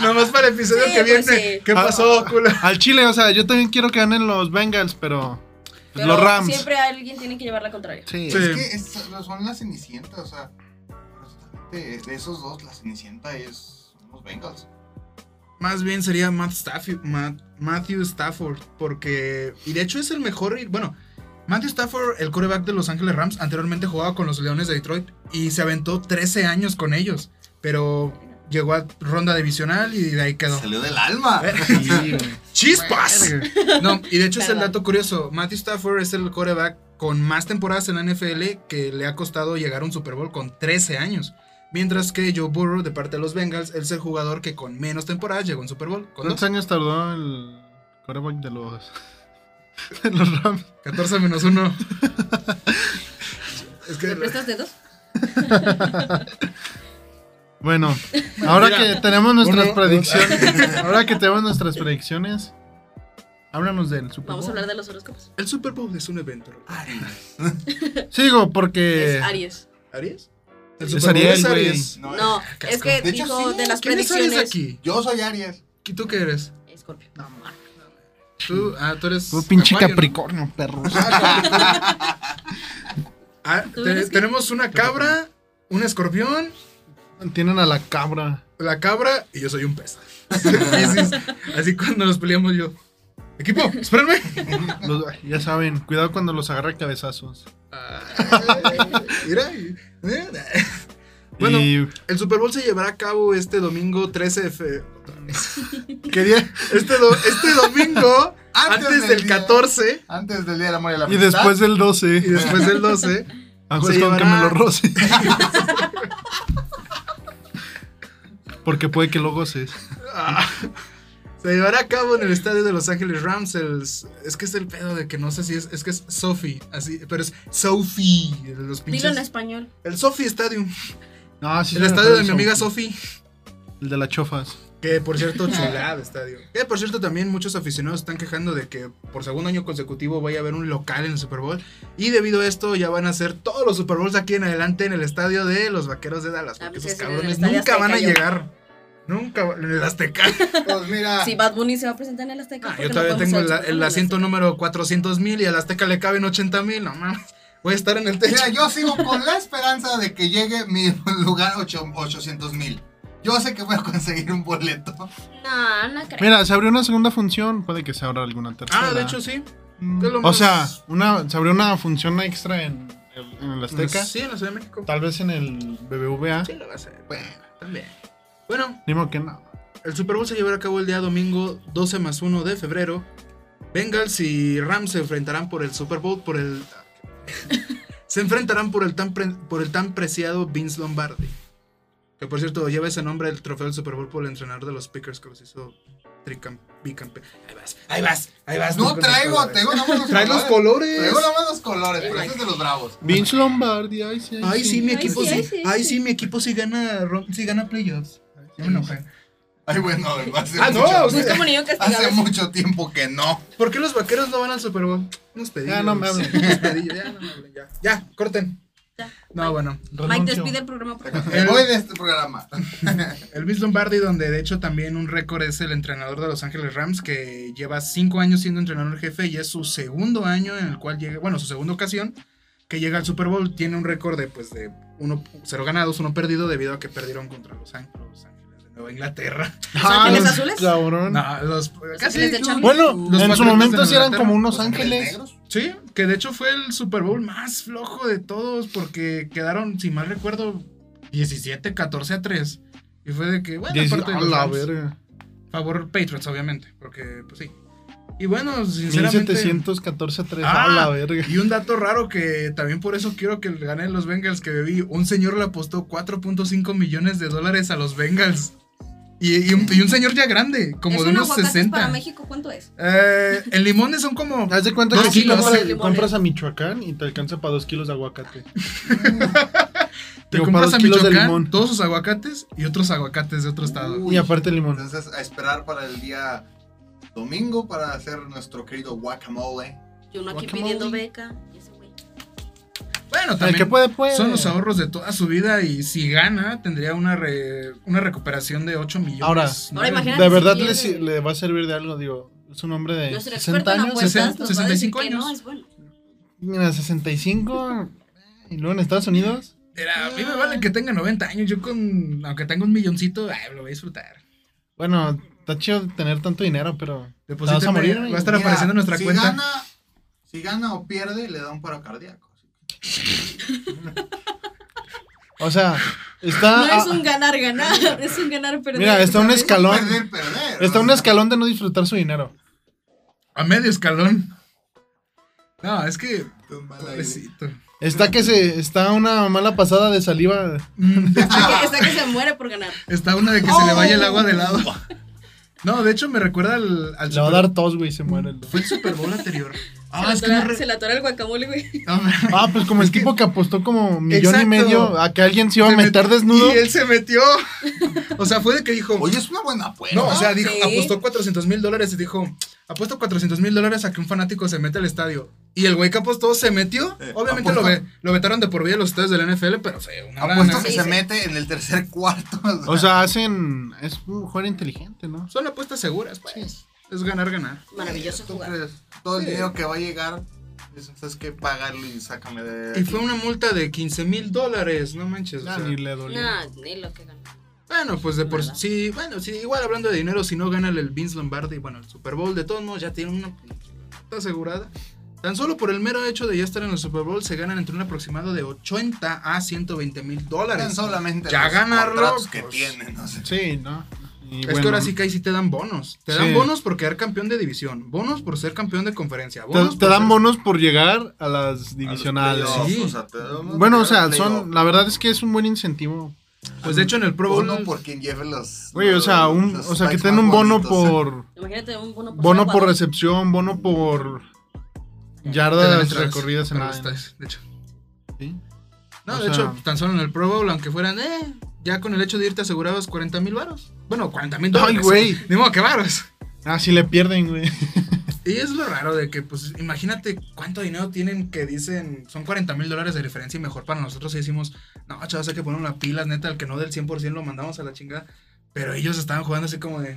C: Nomás para el episodio
B: Sí,
C: que viene.
B: pues sí.
C: ¿Qué pasó, culo?
D: Al Chile, o sea, yo también quiero que ganen los Bengals, pero, pues,
B: Pero
D: los Rams.
B: Siempre alguien tiene que llevar la contraria.
D: Sí.
C: Sí.
A: Es que es- son las Cenicientas, o sea, de, de esos dos, la Cenicienta es son los Bengals.
C: Más bien sería Matt Stafford, Matt- Matthew Stafford. Porque. Y de hecho es el mejor. Bueno. Matthew Stafford, el coreback de Los Ángeles Rams, anteriormente jugaba con los Leones de Detroit y se aventó 13 años con ellos. Pero llegó a ronda divisional y de ahí quedó.
A: Salió del alma.
C: Eh,
D: (laughs) Sí, güey.
C: ¡Chispas! No, y de hecho es el
B: Perdón.
C: dato curioso. Matthew Stafford es el coreback con más temporadas en la NFL que le ha costado llegar a un Super Bowl con 13 años. Mientras que Joe Burrow, de parte de los Bengals, es el jugador que con menos temporadas llegó a un Super Bowl. Con
D: (laughs) ¿Cuántos
C: dos.
D: años tardó el quarterback de los, (laughs) de los Rams?
C: 14 menos 1.
B: (laughs)
C: es
B: ¿Me
C: que
B: prestas dedos?
D: Bueno, ahora
C: Mira,
D: que tenemos nuestras
C: uno, dos,
D: (laughs) predicciones, ahora que tenemos nuestras predicciones, háblanos del Super
B: Vamos a
D: Bowl.
B: hablar de los horóscopos.
C: el Super Bowl es un evento.
B: Ah.
D: Sigo porque
B: Es Aries.
C: ¿Aries?
D: Es Ariel, güey.
A: No,
B: No,
C: ah,
B: es que
A: de hecho,
B: dijo
A: sí.
B: de las
C: ¿Quién es Aries
B: predicciones.
C: aquí?
A: Yo soy Aries.
C: ¿Y ¿Tú qué eres?
B: Escorpio.
C: Tú, ah, tú eres.
D: Tú pinche
C: Acuario, ¿no?
D: Capricornio, perro.
C: Ah,
B: ¿Tú
C: te-
B: eres qué?
C: tenemos una cabra, un escorpión,
D: Tienen a la cabra.
C: la cabra y yo soy un
A: (laughs)
C: pez. Piscis. Así cuando nos peleamos yo. Equipo, espérenme.
D: Los- ya saben, cuidado cuando los agarra a cabezazos.
C: Ah, mira, mira.
A: eh.
C: Bueno,
D: y
C: el Super Bowl se llevará a cabo este domingo 13 de fe-
A: (laughs)
D: ¿qué día?
C: Este, do- este domingo, antes,
A: Antes del
C: del
A: día.
C: 14
A: Antes del Día del Amor y la
D: Y
A: Amistad.
D: después del Ah,
C: y
D: 12. (laughs)
C: después del
A: (laughs)
C: 12.
D: A
C: se
D: justo aunque me
C: llevará-
D: lo roce. (laughs) Porque puede que lo goces.
C: ah, se Se llevará a cabo en el estadio de Los Ángeles Rams. el- es que es el pedo de que no sé si es. Es que es Sophie, así, pero es Sophie. de Los
B: Dilo en
C: pinches.
B: español.
C: El Sophie Stadium.
D: No, sí se
C: El
D: me
C: estadio
D: fue
C: de mi
D: eso.
C: amiga Sophie.
D: El de las chofas.
C: Que por
B: (laughs)
C: cierto, chulada estadio. Que por cierto, también muchos aficionados están quejando de que por segundo año consecutivo vaya a haber un local en el Super Bowl. Y debido a esto, ya van a hacer todos los Super Bowls de aquí en adelante en el estadio de los vaqueros de Dallas.
B: Ah,
C: Porque
B: pues
C: esos
B: es en el
C: cabrones
B: estadio
C: nunca van a
B: Azteca, yo.
C: llegar. Nunca va- en el
B: (laughs)
C: Azteca.
A: Pues mira,
B: Si Bad Bunny se va a presentar en el Azteca.
C: Ah,
B: ¿por qué
C: yo
B: no
C: todavía
B: podemos
C: tengo
B: hacer
C: la-
B: Azteca?
C: el asiento número 400 mil y al Azteca le caben 80 mil. No mames. Voy a estar en
B: (laughs)
C: el techo.
A: mira, yo sigo con la esperanza de que llegue mi lugar 800 mil. Yo sé que voy a conseguir un boleto.
B: No, no creo.
D: Mira, se abrió una segunda función, puede que se abra alguna tercera.
C: Ah, de hecho sí.
A: Mm,
C: ¿Qué es lo
D: O
C: más-
D: sea, una, se abrió una función extra en, el- en el Azteca.
C: Sí, en la Ciudad de México.
D: Tal vez en el BBVA.
C: Sí, lo va a hacer. Bueno, también. Bueno,
D: Ni modo que no.
C: El Super Bowl se llevará a cabo el día domingo 12 más 1 de febrero. Bengals y Rams se enfrentarán por el Super Bowl por el (laughs) se enfrentarán por el tan pre- por el tan preciado Vince Lombardi. Que por cierto lleva ese nombre el trofeo del Super Bowl por el entrenador de los Packers que los hizo tricam- bicampe- Ahí vas, ahí vas, ahí vas.
A: No
C: tú con
A: traigo,
C: los colores.
A: traigo nada más los
C: Trae los
A: colores.
C: colores.
A: Traigo nada más los colores, pero ese es de los bravos.
D: Vince Lombardi, ay sí.
C: Ay sí, mi
B: Ay,
C: equipo
B: sí,
C: sí,
B: ay,
C: ay
B: sí,
C: sí,
B: sí.
C: mi equipo sí gana ro- sí gana playoffs. Ya me enojé.
A: Ay, bueno, hace,
C: Ah, no,
A: mucho,
C: o sea,
B: Es como niño
C: (laughs)
A: hace
B: castigado.
A: mucho tiempo que no.
C: ¿Por qué los vaqueros no van al Super Bowl? Unos pedillos.
D: Ya no me hablen.
C: (laughs) Unos pedillos, ya no me hablen, ya. Ya, corten.
B: Ya.
C: No, bueno.
B: Mike despide el programa. por
C: Eh,
B: favor.
A: Me voy de este programa.
C: El Vince Lombardi, donde de hecho también un récord es el entrenador de Los Ángeles Rams, que lleva cinco años siendo entrenador jefe y es su segundo año en el cual llega, bueno, su segunda ocasión que llega al Super Bowl. Tiene un récord de, pues, de uno, cero ganados, uno perdido, debido a que perdieron contra Los Ángeles, Los Ángeles de Nueva Inglaterra.
B: Ángeles
D: Ah, los
B: Azules?
D: Cabrón.
C: No, los.
B: Ángeles de Charlie.
D: Bueno,
C: Los
D: en
C: Patriotas
D: su
C: de
D: momento sí eran
C: Inglaterra.
D: como unos
A: Los
D: ángeles.
A: Negros.
C: Sí, que de hecho fue el Super Bowl más flojo de todos porque quedaron, si mal recuerdo, 17, 14 a 3. Y fue de que, bueno,
D: Dice,
C: aparte de
D: a
C: los
D: la
C: Rams,
D: verga.
C: favor Patriots, obviamente, porque pues sí. Y bueno, sinceramente...
D: 1714 3
C: Ah,
D: a la verga.
C: Y un dato raro que también por eso quiero que ganen los Bengals que bebí. Un señor le apostó 4.5 millones de dólares a los Bengals. Y, y un, y un señor ya grande, como
B: ¿Es
C: de
B: un
C: unos
B: aguacate
C: 60.
B: para México? ¿Cuánto es?
C: Eh, en limones son como...
D: Haz de cuenta que
C: Dos
D: aquí
C: kilos
D: compras,
B: de limones.
D: compras a Michoacán y te alcanza para 2 kilos de
C: (laughs)
D: aguacate.
C: Te
D: Digo,
C: compras
D: para
C: a
D: dos kilos de
C: Michoacán
D: limón.
C: todos sus aguacates y otros aguacates de otro estado.
A: Uy,
D: Y aparte limón.
A: Entonces, a esperar para el día domingo para hacer nuestro querido guacamole.
B: Yo uno aquí
D: Guacamole.
B: pidiendo beca. y ese güey.
C: Bueno,
D: El
C: también
D: que puede, puede.
C: son los ahorros de toda su vida y si gana tendría una, re- una recuperación de 8 millones.
D: Ahora.
C: nueve-
B: Ahora imagínate.
D: De verdad
B: Si
D: le,
B: quiere-
D: le va a servir de algo, digo. Es un hombre de
B: Nuestro
D: 60
B: experto en
D: Eh, años.
B: apuestas
D: 60,
B: nos va a decir
C: 65
B: que no
C: años.
B: es bueno.
D: mira, 65. Y luego en Estados Unidos.
C: Mira, a mí me vale que tenga 90 años. Yo con, aunque tenga un milloncito, ay, lo voy a disfrutar.
D: Bueno, está chido tener tanto dinero, pero.
C: Deposítame,
D: Te vas a morir,
C: va a
D: güey.
C: estar apareciendo en nuestra
A: si
C: cuenta.
A: Gana, si gana o pierde, le da un paro cardíaco.
D: O sea, está.
B: No es
D: a-
B: un ganar, ganar. (laughs) Es un ganar, perder.
D: Ah, mira, está un
B: ¿sabes?
D: escalón.
A: Perder, perder.
D: Está
A: ¿no?
D: un escalón de no disfrutar su dinero.
C: A medio escalón. No, es que.
A: Un mal aire.
C: Pobrecito.
D: Está que se. Está una mala pasada de saliva.
C: Mm, de-
B: (laughs) Está que- Está que se muere por ganar.
C: Está una de que se le vaya el agua de lado. No, de hecho me recuerda al, al
D: Le va a dar tos, güey, se muere. el-
C: Fue el Super Bowl anterior. Ah, es
B: se,
C: que
B: la
C: no
B: atora,
C: re-
B: se la atora el guacamole, güey.
C: no me-
D: Ah, pues
C: (laughs)
D: como el tipo que apostó como millón
C: Exacto.
D: y medio a que alguien se iba a
C: se met-
D: meter desnudo.
C: Y él se metió. O sea, fue de que dijo.
A: Oye, es una buena apuesta.
C: No, o sea, dijo,
B: Sí.
C: apostó 400 mil dólares y dijo, apuesto 400 mil dólares a que un fanático se meta al estadio. Y el güey que apostó se metió.
A: Eh,
C: Obviamente lo,
A: apuesta-
C: ve- lo vetaron de por vida los estadios de la NFL, pero fue una
A: Apuesto
C: lana.
A: que
B: Sí,
A: se
B: sí.
A: mete en el tercer cuarto.
D: O sea, hacen. Es un juego inteligente, ¿no?
C: Son apuestas seguras, pues. Es ganar, ganar.
B: (laughs) Maravilloso
A: ¿tú
B: jugar.
A: crees? Todo el
C: Sí.
A: dinero que va a llegar, es, es que pagarlo y sácame de.
C: Y
A: aquí.
C: fue una multa de 15 mil dólares, no manches. o
D: Ah,
C: sea.
D: ni le dolió.
B: Nah, ni lo que ganó.
C: Bueno, pues de por
B: Nada.
C: sí, bueno, sí, igual hablando de dinero, si no gana el Vince Lombardi, bueno, el Super Bowl, de todos modos ya tiene una puta asegurada. Tan solo por el mero hecho de ya estar en el Super Bowl se ganan entre un aproximado de 80 a 1120 mil
A: Tan
C: dólares.
A: solamente
C: Ya
A: los
C: ganarlo,
A: contratos que
C: pues.
A: tienen, no sé.
D: Sí, ¿no? Y
C: Es
D: bueno,
C: que ahora sí que ahí sí te dan bonos. Te dan
D: Sí.
C: bonos por quedar campeón de división, bonos por ser campeón de conferencia,
D: Te,
C: bonos pues,
D: te
C: por
D: dan
C: ser-
D: bonos por llegar a las divisionales.
A: A los playoffs,
C: Sí.
A: o sea, te dan-
D: Bueno, o
A: te
D: sea,
A: dan playoff.
D: son. La verdad es que es un buen incentivo
C: Pues de hecho en el Pro Bowl.
A: Bono por quien lleve los.
D: Güey, o sea, un,
A: los
D: o sea que
A: spikes
D: tengan
A: más
D: un bono
A: bonitos.
D: por.
B: Imagínate un
A: pues,
B: bono por
D: Bono
B: cada
D: por
B: jugador.
D: recepción, bono por
C: te dan
D: yardas
C: entradas
D: recorridas en
C: para
D: la
C: los tres, de hecho.
D: ¿Sí?
C: No,
D: O
C: de
D: sea-
C: hecho, tan solo en el Pro Bowl, aunque fueran, eh, ya con el hecho de irte asegurabas 40 mil varos. Bueno, 40 mil dólares.
D: Ay, güey.
C: Ni modo que varos.
D: Ah, sí le pierden, güey.
C: Y es lo raro de que, pues, imagínate cuánto dinero tienen que dicen, son 40 mil dólares de diferencia y mejor para nosotros si decimos, no, chavos, hay que poner una pila, neta, al que no del 100% lo mandamos a la chingada. Pero ellos estaban jugando así como de...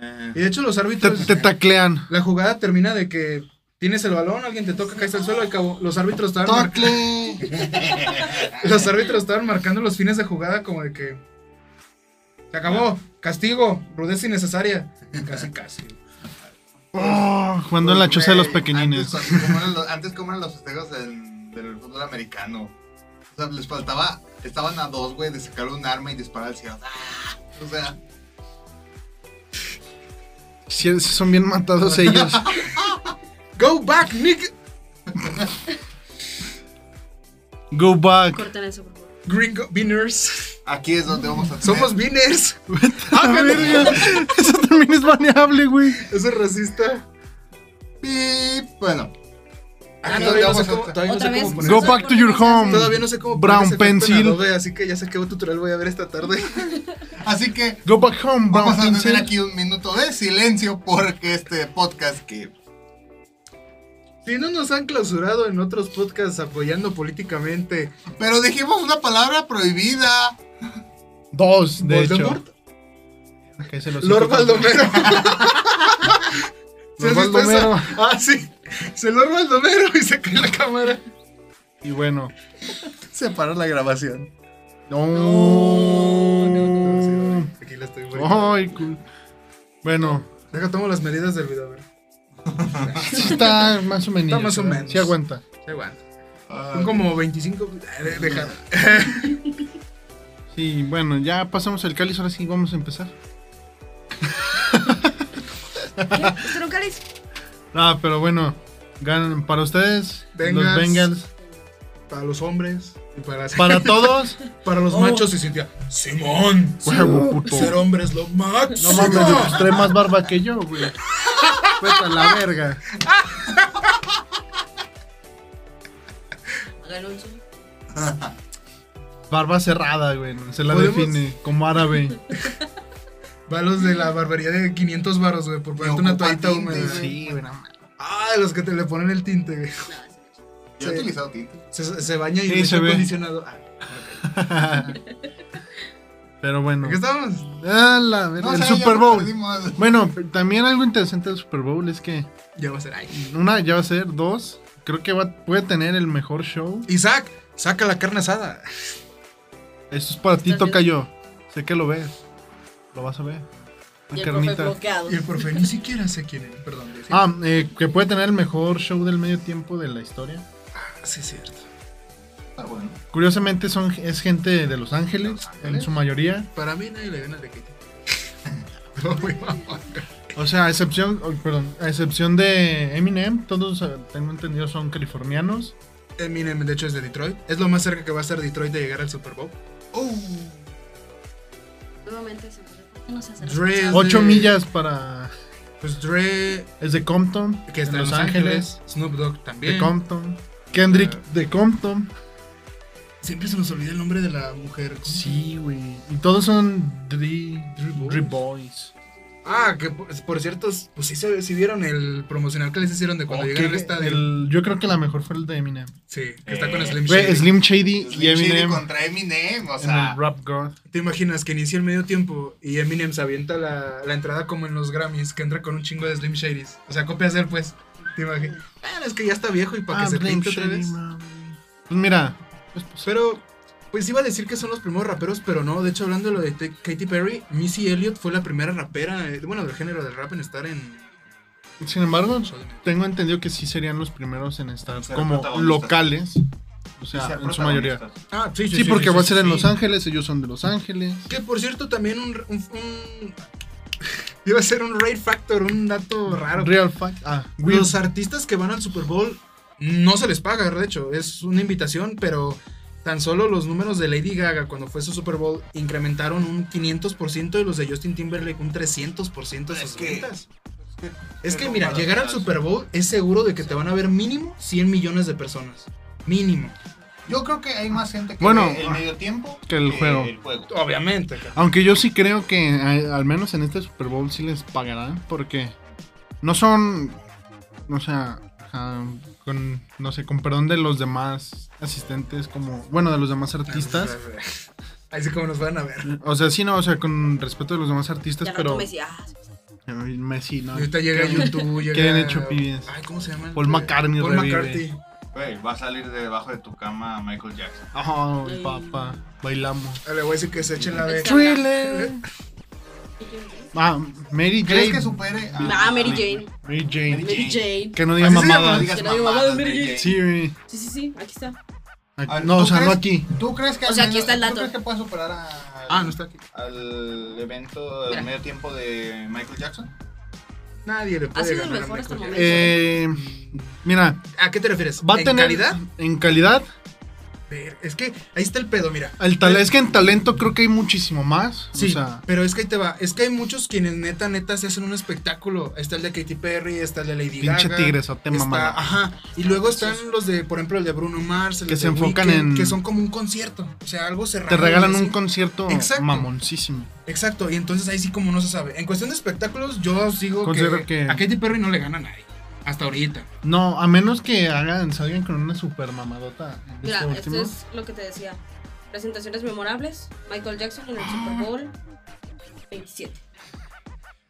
A: Eh,
C: Y de hecho los
D: Te,
C: árbitros...
D: te taclean.
C: La jugada termina de que tienes el balón, alguien te toca, caes al suelo, al cabo, los árbitros estaban... mar-
D: ¡Tacle!
C: Los árbitros estaban marcando los fines de jugada como de que... Se acabó, castigo, rudeza innecesaria. Casi, casi.
D: Oh, jugando en la
A: Pues,
D: choza de los
A: güey,
D: pequeñines.
A: Antes, así como eran los, antes como eran los festejos del, del fútbol americano. O sea, les faltaba. Estaban a dos, güey, de sacar un arma y disparar al cielo. ¡Ah! O sea,
D: Sí, sí son bien
A: (laughs)
D: matados ellos.
C: Go back, Nick
D: Go back.
B: Corten eso, por favor.
C: Gringo Beaners.
A: aquí es donde vamos a tener.
C: Somos beaners.
D: ¡Ah, verga! (laughs) Eso también es baneable, güey.
C: Eso es racista.
A: Pip. Bueno.
C: Ah,
A: Aquí
C: todavía no
A: vamos
C: sé
A: a-
C: cómo, todavía no
B: Otra
C: sé
B: vez.
C: cómo poner
D: Go
C: eso.
D: back to your home.
C: Pues Todavía no sé cómo
D: Brown
C: poner ese efecto en
D: pencil.
C: Adobe, así que ya sé qué tutorial voy a ver esta tarde. (laughs)
A: Así que
D: Go back home, Brown
A: vamos a tener
D: Pencil.
A: aquí un minuto de silencio porque este podcast que.
C: si no nos han clausurado en otros podcasts apoyando políticamente
A: Pero dijimos una palabra prohibida.
D: Dos, de hecho.
C: Voldemort,
D: Cállese los
C: Lord
D: hijos.
C: Baldomero. (laughs) ¿Sí has
D: Lord
C: visto
D: Baldomero.
C: eso? Ah, sí. Se Lord Baldomero y se cae la cámara.
D: Y bueno.
A: Se paró la grabación.
D: No. Mm.
C: No, sí, Aquí la estoy poniendo.
D: Ay, cu- Bueno,
C: Deja, tomo las medidas del video, a ver.
D: sí está más o menos.
C: Está más o menos.
D: Sí aguanta.
C: Se aguanta.
A: Ah,
C: Son como 25. eh, de- Deja.
D: Mm. Sí, bueno, ya pasamos el cáliz, ahora sí vamos a empezar.
B: ¿Qué? ¿Esto era un cáliz?
D: Ah, pero bueno, ganan para ustedes,
C: Bengals.
D: los Bengals.
C: Para los hombres y para las
D: Para
C: (laughs)
D: todos,
C: Para los
B: Oh.
C: machos y sentía, Simón,
D: Huevo, puto.
C: ser hombre es lo máximo.
D: no mames, pues trae más barba que yo, güey. Vete a la verga.
B: Háganlo un solo.
D: Barba cerrada, güey. Se la
C: ¿Podemos?
D: define como árabe.
C: Va a los de la barbería de 500 baros, güey, por ponerte una
A: ocupa
C: toallita
A: tinte,
C: húmeda.
A: sí.
D: güey, no mames.
C: Ah, los que te le ponen el tinte, güey.
A: Yo he
C: Sí.
A: utilizado Tito.
C: Se, se baña y
D: Sí,
C: le
D: se
C: echa
D: ve.
C: acondicionado. Ah,
D: Pero bueno.
C: ¿Qué estábamos?
D: Ah, la verga,
A: No,
D: el
A: o sea, ya
D: Super
A: nos
D: Bowl.
A: perdimos.
D: Bueno, también algo interesante del Super Bowl es que
C: Ya va a ser ahí.
D: una ya va a ser, dos, creo que va, puede tener el mejor show.
C: Isaac, saca la carne asada.
D: Esto es para ti,
B: Está bien.
D: toca yo. Sé que lo ves. Lo vas a ver.
B: Y
D: Una
B: el profe
D: carnita.
B: bloqueado.
C: Y el profe ni siquiera sé quién es. Perdón, decía.
D: Ah, eh, que puede tener el mejor show del medio tiempo de la historia.
C: sí, es cierto.
A: Está Ah, bueno.
D: Curiosamente son, es gente de Los Ángeles,
C: Los
D: en
C: Ángeles.
D: su mayoría.
C: Para mí nadie le gana al de (laughs) Katy. No, muy mamón.
D: O sea, a excepción, oh, perdón, a excepción de Eminem, todos, eh, tengo entendido, son californianos.
C: Eminem, de hecho, es de Detroit. Es lo más cerca que va a estar Detroit de llegar al Super Bowl. Oh.
B: Nuevamente se me- no se hace
C: Dre-
B: responsable.
D: Ocho
C: de-
D: millas para...
C: Pues Dre,
D: Es de Compton,
C: que está en Los, Ángeles. Snoop Dogg también.
D: de Compton. Kendrick
C: Ah.
D: de Compton.
C: Siempre se nos olvida el nombre de la mujer. ¿Cómo
D: Sí, güey. Y todos son Dre,
C: Dre Boys.
D: Dre Boys.
C: se llama? Ah, que por, por cierto, pues sí, se, sí vieron el promocional que les hicieron de cuando
D: Ok,
C: llegaron al estadio.
D: Oh, el- yo creo que la mejor fue el de Eminem.
C: Sí, que está con Slim
D: Güey,
C: Shady.
D: Slim Shady y
A: Slim Shady
D: Eminem
A: Pues contra Eminem, o
D: en el
A: sea.
D: Rap God.
C: ¿Te imaginas que inicia el medio tiempo y Eminem se avienta la, la entrada como en los Grammys, que entra con un chingo de Slim Shadys? O sea, copias de él, pues. ¿Te imaginas? Bueno, es que ya está viejo y
D: Ah,
C: para que se pinte otra vez.
D: Pues mira, es
C: Pero, pues iba a decir que son los primeros raperos, pero no. De hecho, hablando de lo de Te- Katy Perry, Missy Elliott fue la primera rapera, eh, bueno, del género del rap en estar en.
D: pos- Sin embargo,
C: Show de México.
D: tengo entendido que sí serían los primeros en estar
A: Ser
D: como
A: protagonistas.
D: locales. O sea,
A: ser
D: ah, en su mayoría.
A: protagonistas.
C: Ah, sí,
D: Sí, porque va a ser en
C: sí.
D: Los Ángeles, ellos son de Los Ángeles.
C: Que por cierto, también un. un, un- (laughs) iba a ser un Raid Factor, un dato raro.
D: Real Fact. Ah, Will.
C: Los artistas que van al Super Bowl no se les paga, de hecho, es una invitación, pero Tan solo los números de Lady Gaga cuando fue su Super Bowl incrementaron un 500% y los de Justin Timberlake un 300%
A: Es
C: sus
A: que-
C: ventas.
A: que,
C: Es que
A: no
C: mira,
A: para
C: llegar al
A: atrás.
C: Super Bowl es seguro de que te van a ver mínimo 100 millones de personas. Mínimo.
A: Yo creo que hay más gente que
D: Bueno,
A: ve el medio tiempo
D: que el juego.
C: Obviamente.
D: Aunque yo sí creo que a- al menos en este Super Bowl sí les pagarán porque no son, no sé, ah, con, no sé, con perdón de los demás asistentes como, bueno, de los demás
C: (laughs)
D: artistas. Ah,
C: Ahí sí como nos van a ver.
D: O sea, sí, no, o sea, con respeto de los demás artistas,
B: Ya rato
D: pero
B: me decía, ah,
D: Ay, Messi, no.
C: Y ahorita llega YouTube, llega...
D: ¿Qué han hecho pibes?
C: Ay, ¿cómo se llama? el
D: Paul
C: de-
D: McCartney
C: Paul
D: revive.
C: McCartney.
A: va a salir de debajo de tu cama Michael Jackson.
D: Oh,
B: Ay.
D: papá, bailamos.
C: Ah, Le voy a decir que se echen la de... Eh,
B: Exacto.
D: Thriller. Ah, Mary
A: ¿Crees
D: Jane.
A: que supere
B: Ah, Mary Jane.
D: Mary Jane.
B: Mary Jane.
D: Que no diga
A: Así se llama, no
D: mamadas.
A: digas
B: Que no diga
A: mamadas,
B: mamadas, Mary
A: Mary
B: Jane.
A: Jane.
D: Sí, güey.
B: Sí, sí, sí, aquí está.
D: Aquí-
A: A ver,
D: No,
A: Ah, ¿tú
D: o sea, no
A: crees-
D: aquí.
A: ¿Tú crees que
B: O
A: al
B: sea, aquí
A: menos-
B: está el
A: ¿tú
B: dato.
A: crees que puede superar al,
C: Ah, no está aquí.
A: al evento del
B: Mira.
A: medio tiempo de Michael Jackson?
C: Nadie le puede
B: Ha sido el
C: ganar a
B: mejor hasta el
C: Michael
B: momento.
D: Eh, mira,
C: Jackson. ¿A qué te refieres?
D: va a
C: ¿En
D: tener.
C: calidad?
D: En calidad.
C: Ver, Es que ahí está el pedo, mira.
D: El tal- es que en talento creo que hay muchísimo más.
C: Sí,
D: O sea,
C: pero es que ahí te va. Es que hay muchos quienes neta, neta se hacen un espectáculo. Está el de Katy Perry, está el de Lady
D: pinche
C: Gaga.
D: tigresote
C: está-
D: mamada.
C: ajá. Y luego están los de, por ejemplo, el de Bruno Mars, el
D: Que
C: de
D: se
C: The
D: enfocan
C: Weeknd,
D: en-
C: que son como un concierto, o sea, algo cerrado.
D: Te regalan
C: así.
D: un concierto
C: Exacto.
D: mamoncísimo.
C: Exacto, y entonces ahí sí como no se sabe. En cuestión de espectáculos, yo sigo
D: Considero que-
C: a Katy Perry no le gana a nadie
D: (laughs)
C: hasta ahorita.
D: No, a menos que hagan, salgan con una super mamadota.
B: Mira,
D: Este
B: esto
D: último.
B: es lo que te decía. Presentaciones memorables. Michael Jackson en el
D: Ah.
B: Super Bowl 27.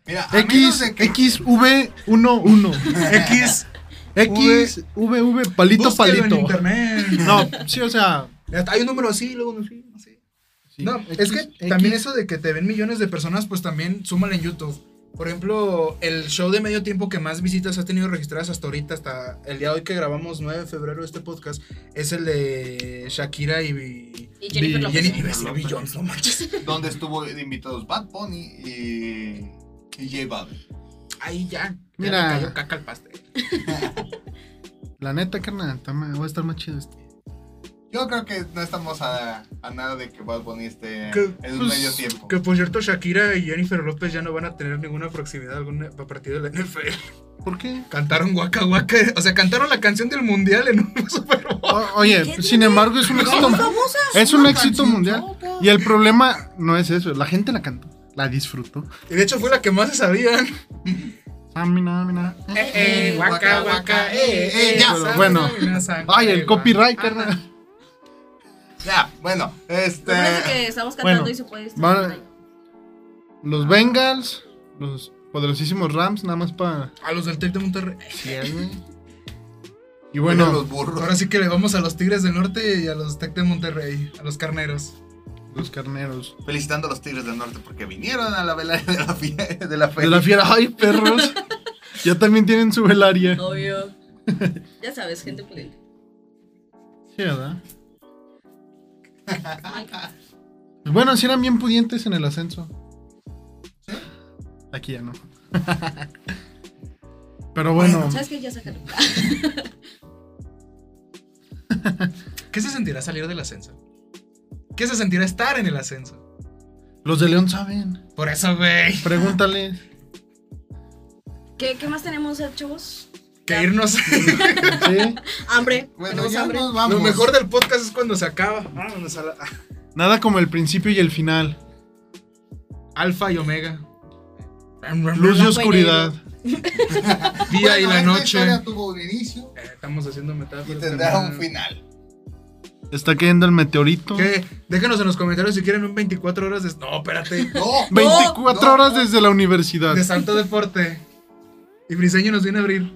A: Mira, a menos
D: X,
A: de que
D: XV11.
C: X,
D: X, V, V, palito,
C: búsquelo en
D: palito.
C: internet.
D: No, sí, o sea.
C: Hay un número así, luego uno así, así.
D: sí,
C: No,
D: X,
C: es que
D: X.
C: también eso de que te ven millones de personas, pues también súmale en YouTube. Por ejemplo, el show de medio tiempo que más visitas ha tenido registradas hasta ahorita, hasta el día de hoy que grabamos 9 de febrero de este podcast, es el de Shakira y...
B: Y Jennifer
D: Vi-
B: Lopez.
C: Jenny, iba a decir Bill Jones, no manches.
A: donde estuvo de invitados Bad Bunny y, y J Balvin.
C: Ahí ya.
D: Mira.
C: Mira. cayó caca al pastel.
D: La neta, carnal, está ma- va a estar más chido este.
A: Yo creo que no estamos a, a nada de que Bad Bunny esté
C: Que,
A: en un
C: pues,
A: medio tiempo.
C: Que por cierto, Shakira y Jennifer López ya no van a tener ninguna proximidad alguna a partir de la NFL.
D: ¿Por qué?
C: Cantaron Waka Waka, o sea, cantaron la canción del mundial en un Super Bowl.
D: O- oye, sin
B: ¿Qué tiene?
D: embargo, es un éxito. Es un éxito mundial.
B: pues.
D: Y el problema no es eso, la gente la cantó, la disfrutó.
C: Y de hecho fue la que más se sabían.
D: Ah, mira, mira.
A: eh, guaca, guaca, eh, eh, ya.
D: Pero bueno. Ay, el
C: Ah.
D: copyright, carnal.
A: Ya, bueno,
B: Lo
A: este.
B: bueno es Pues que estamos cantando
D: Eh, Bueno,
B: y se puede estar
D: van-
B: por ahí.
D: Los Bengals, los poderosísimos Rams, nada más para.
C: A los del Tec de Monterrey.
D: Y
A: Bueno,
D: bueno,
A: los burros.
C: Ahora sí que le vamos a los Tigres del Norte y a los Tec de Monterrey, a los carneros.
D: los carneros.
A: Felicitando a los Tigres del Norte porque vinieron a la vela de la, fie- de la fe.
D: De la fiera, ay, perros. Ya también tienen su velaria. (laughs)
B: Obvio. ya sabes, gente pudiente.
D: Sí, ¿verdad? Ah, Bueno, si eran bien pudientes en el ascenso. Aquí ya no. (laughs) Pero bueno,
B: ¿Sabes qué? Ya sacaron.
C: ¿Qué se sentirá salir del ascenso? ¿Qué se sentirá estar en el ascenso?
D: los de León saben.
C: Por eso, güey.
D: Pregúntales.
B: ¿Qué, ¿Qué más tenemos, eh, chavos?
C: Que irnos.
D: Sí.
B: Hambre.
A: Bueno,
B: tenemos
A: ya
B: hambre.
A: nos vamos.
C: Lo mejor del podcast es cuando se acaba.
D: Nada como el principio y el final.
C: Alfa y Omega.
D: Luz y
B: Blanco y
D: oscuridad.
C: Día
A: Bueno,
C: y la
A: esta
C: noche.
A: historia tuvo un inicio
C: Eh, Estamos haciendo metáforas.
A: y tendrá un
C: carnal.
A: final.
D: Está cayendo el meteorito.
C: ¿Qué? Déjenos en los comentarios si quieren un 24 horas de... No, espérate.
A: No,
D: 24
A: no,
D: horas
A: no.
D: desde la universidad.
C: De Santo Deporte. Y Briseño nos viene a abrir.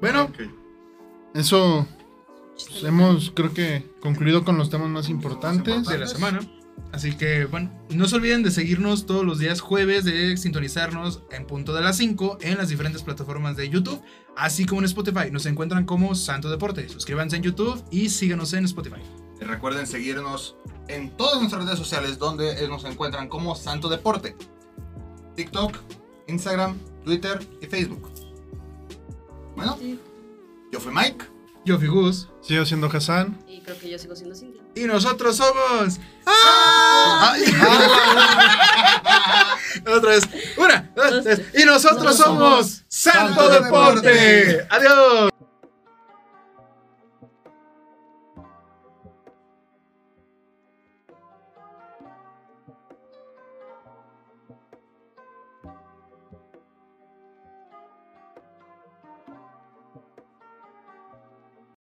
C: bueno,
A: Ok.
D: Eso pues, hemos, creo que, concluido con los temas más importantes.
C: pues, de la semana. Así que, bueno, no se olviden de seguirnos todos los días jueves, de sintonizarnos en punto de las 5 en las diferentes plataformas de YouTube, así como en Spotify. Nos encuentran como Santo Deporte. Suscríbanse en YouTube y síganos en Spotify.
A: Y Recuerden seguirnos en todas nuestras redes sociales donde eh, nos encuentran como Santo Deporte. TikTok, Instagram, Twitter y Facebook. Bueno, yo fui Mike.
C: Yo fui Gus.
D: Sigo siendo Hassan.
B: Y creo que yo sigo siendo Cintia.
C: Y nosotros somos. ¡Ah! Otra vez. Una, dos, tres. Y nosotros
B: Nosotros
C: somos Santo
A: Santo
C: Deporte.
A: Deporte.
C: Adiós.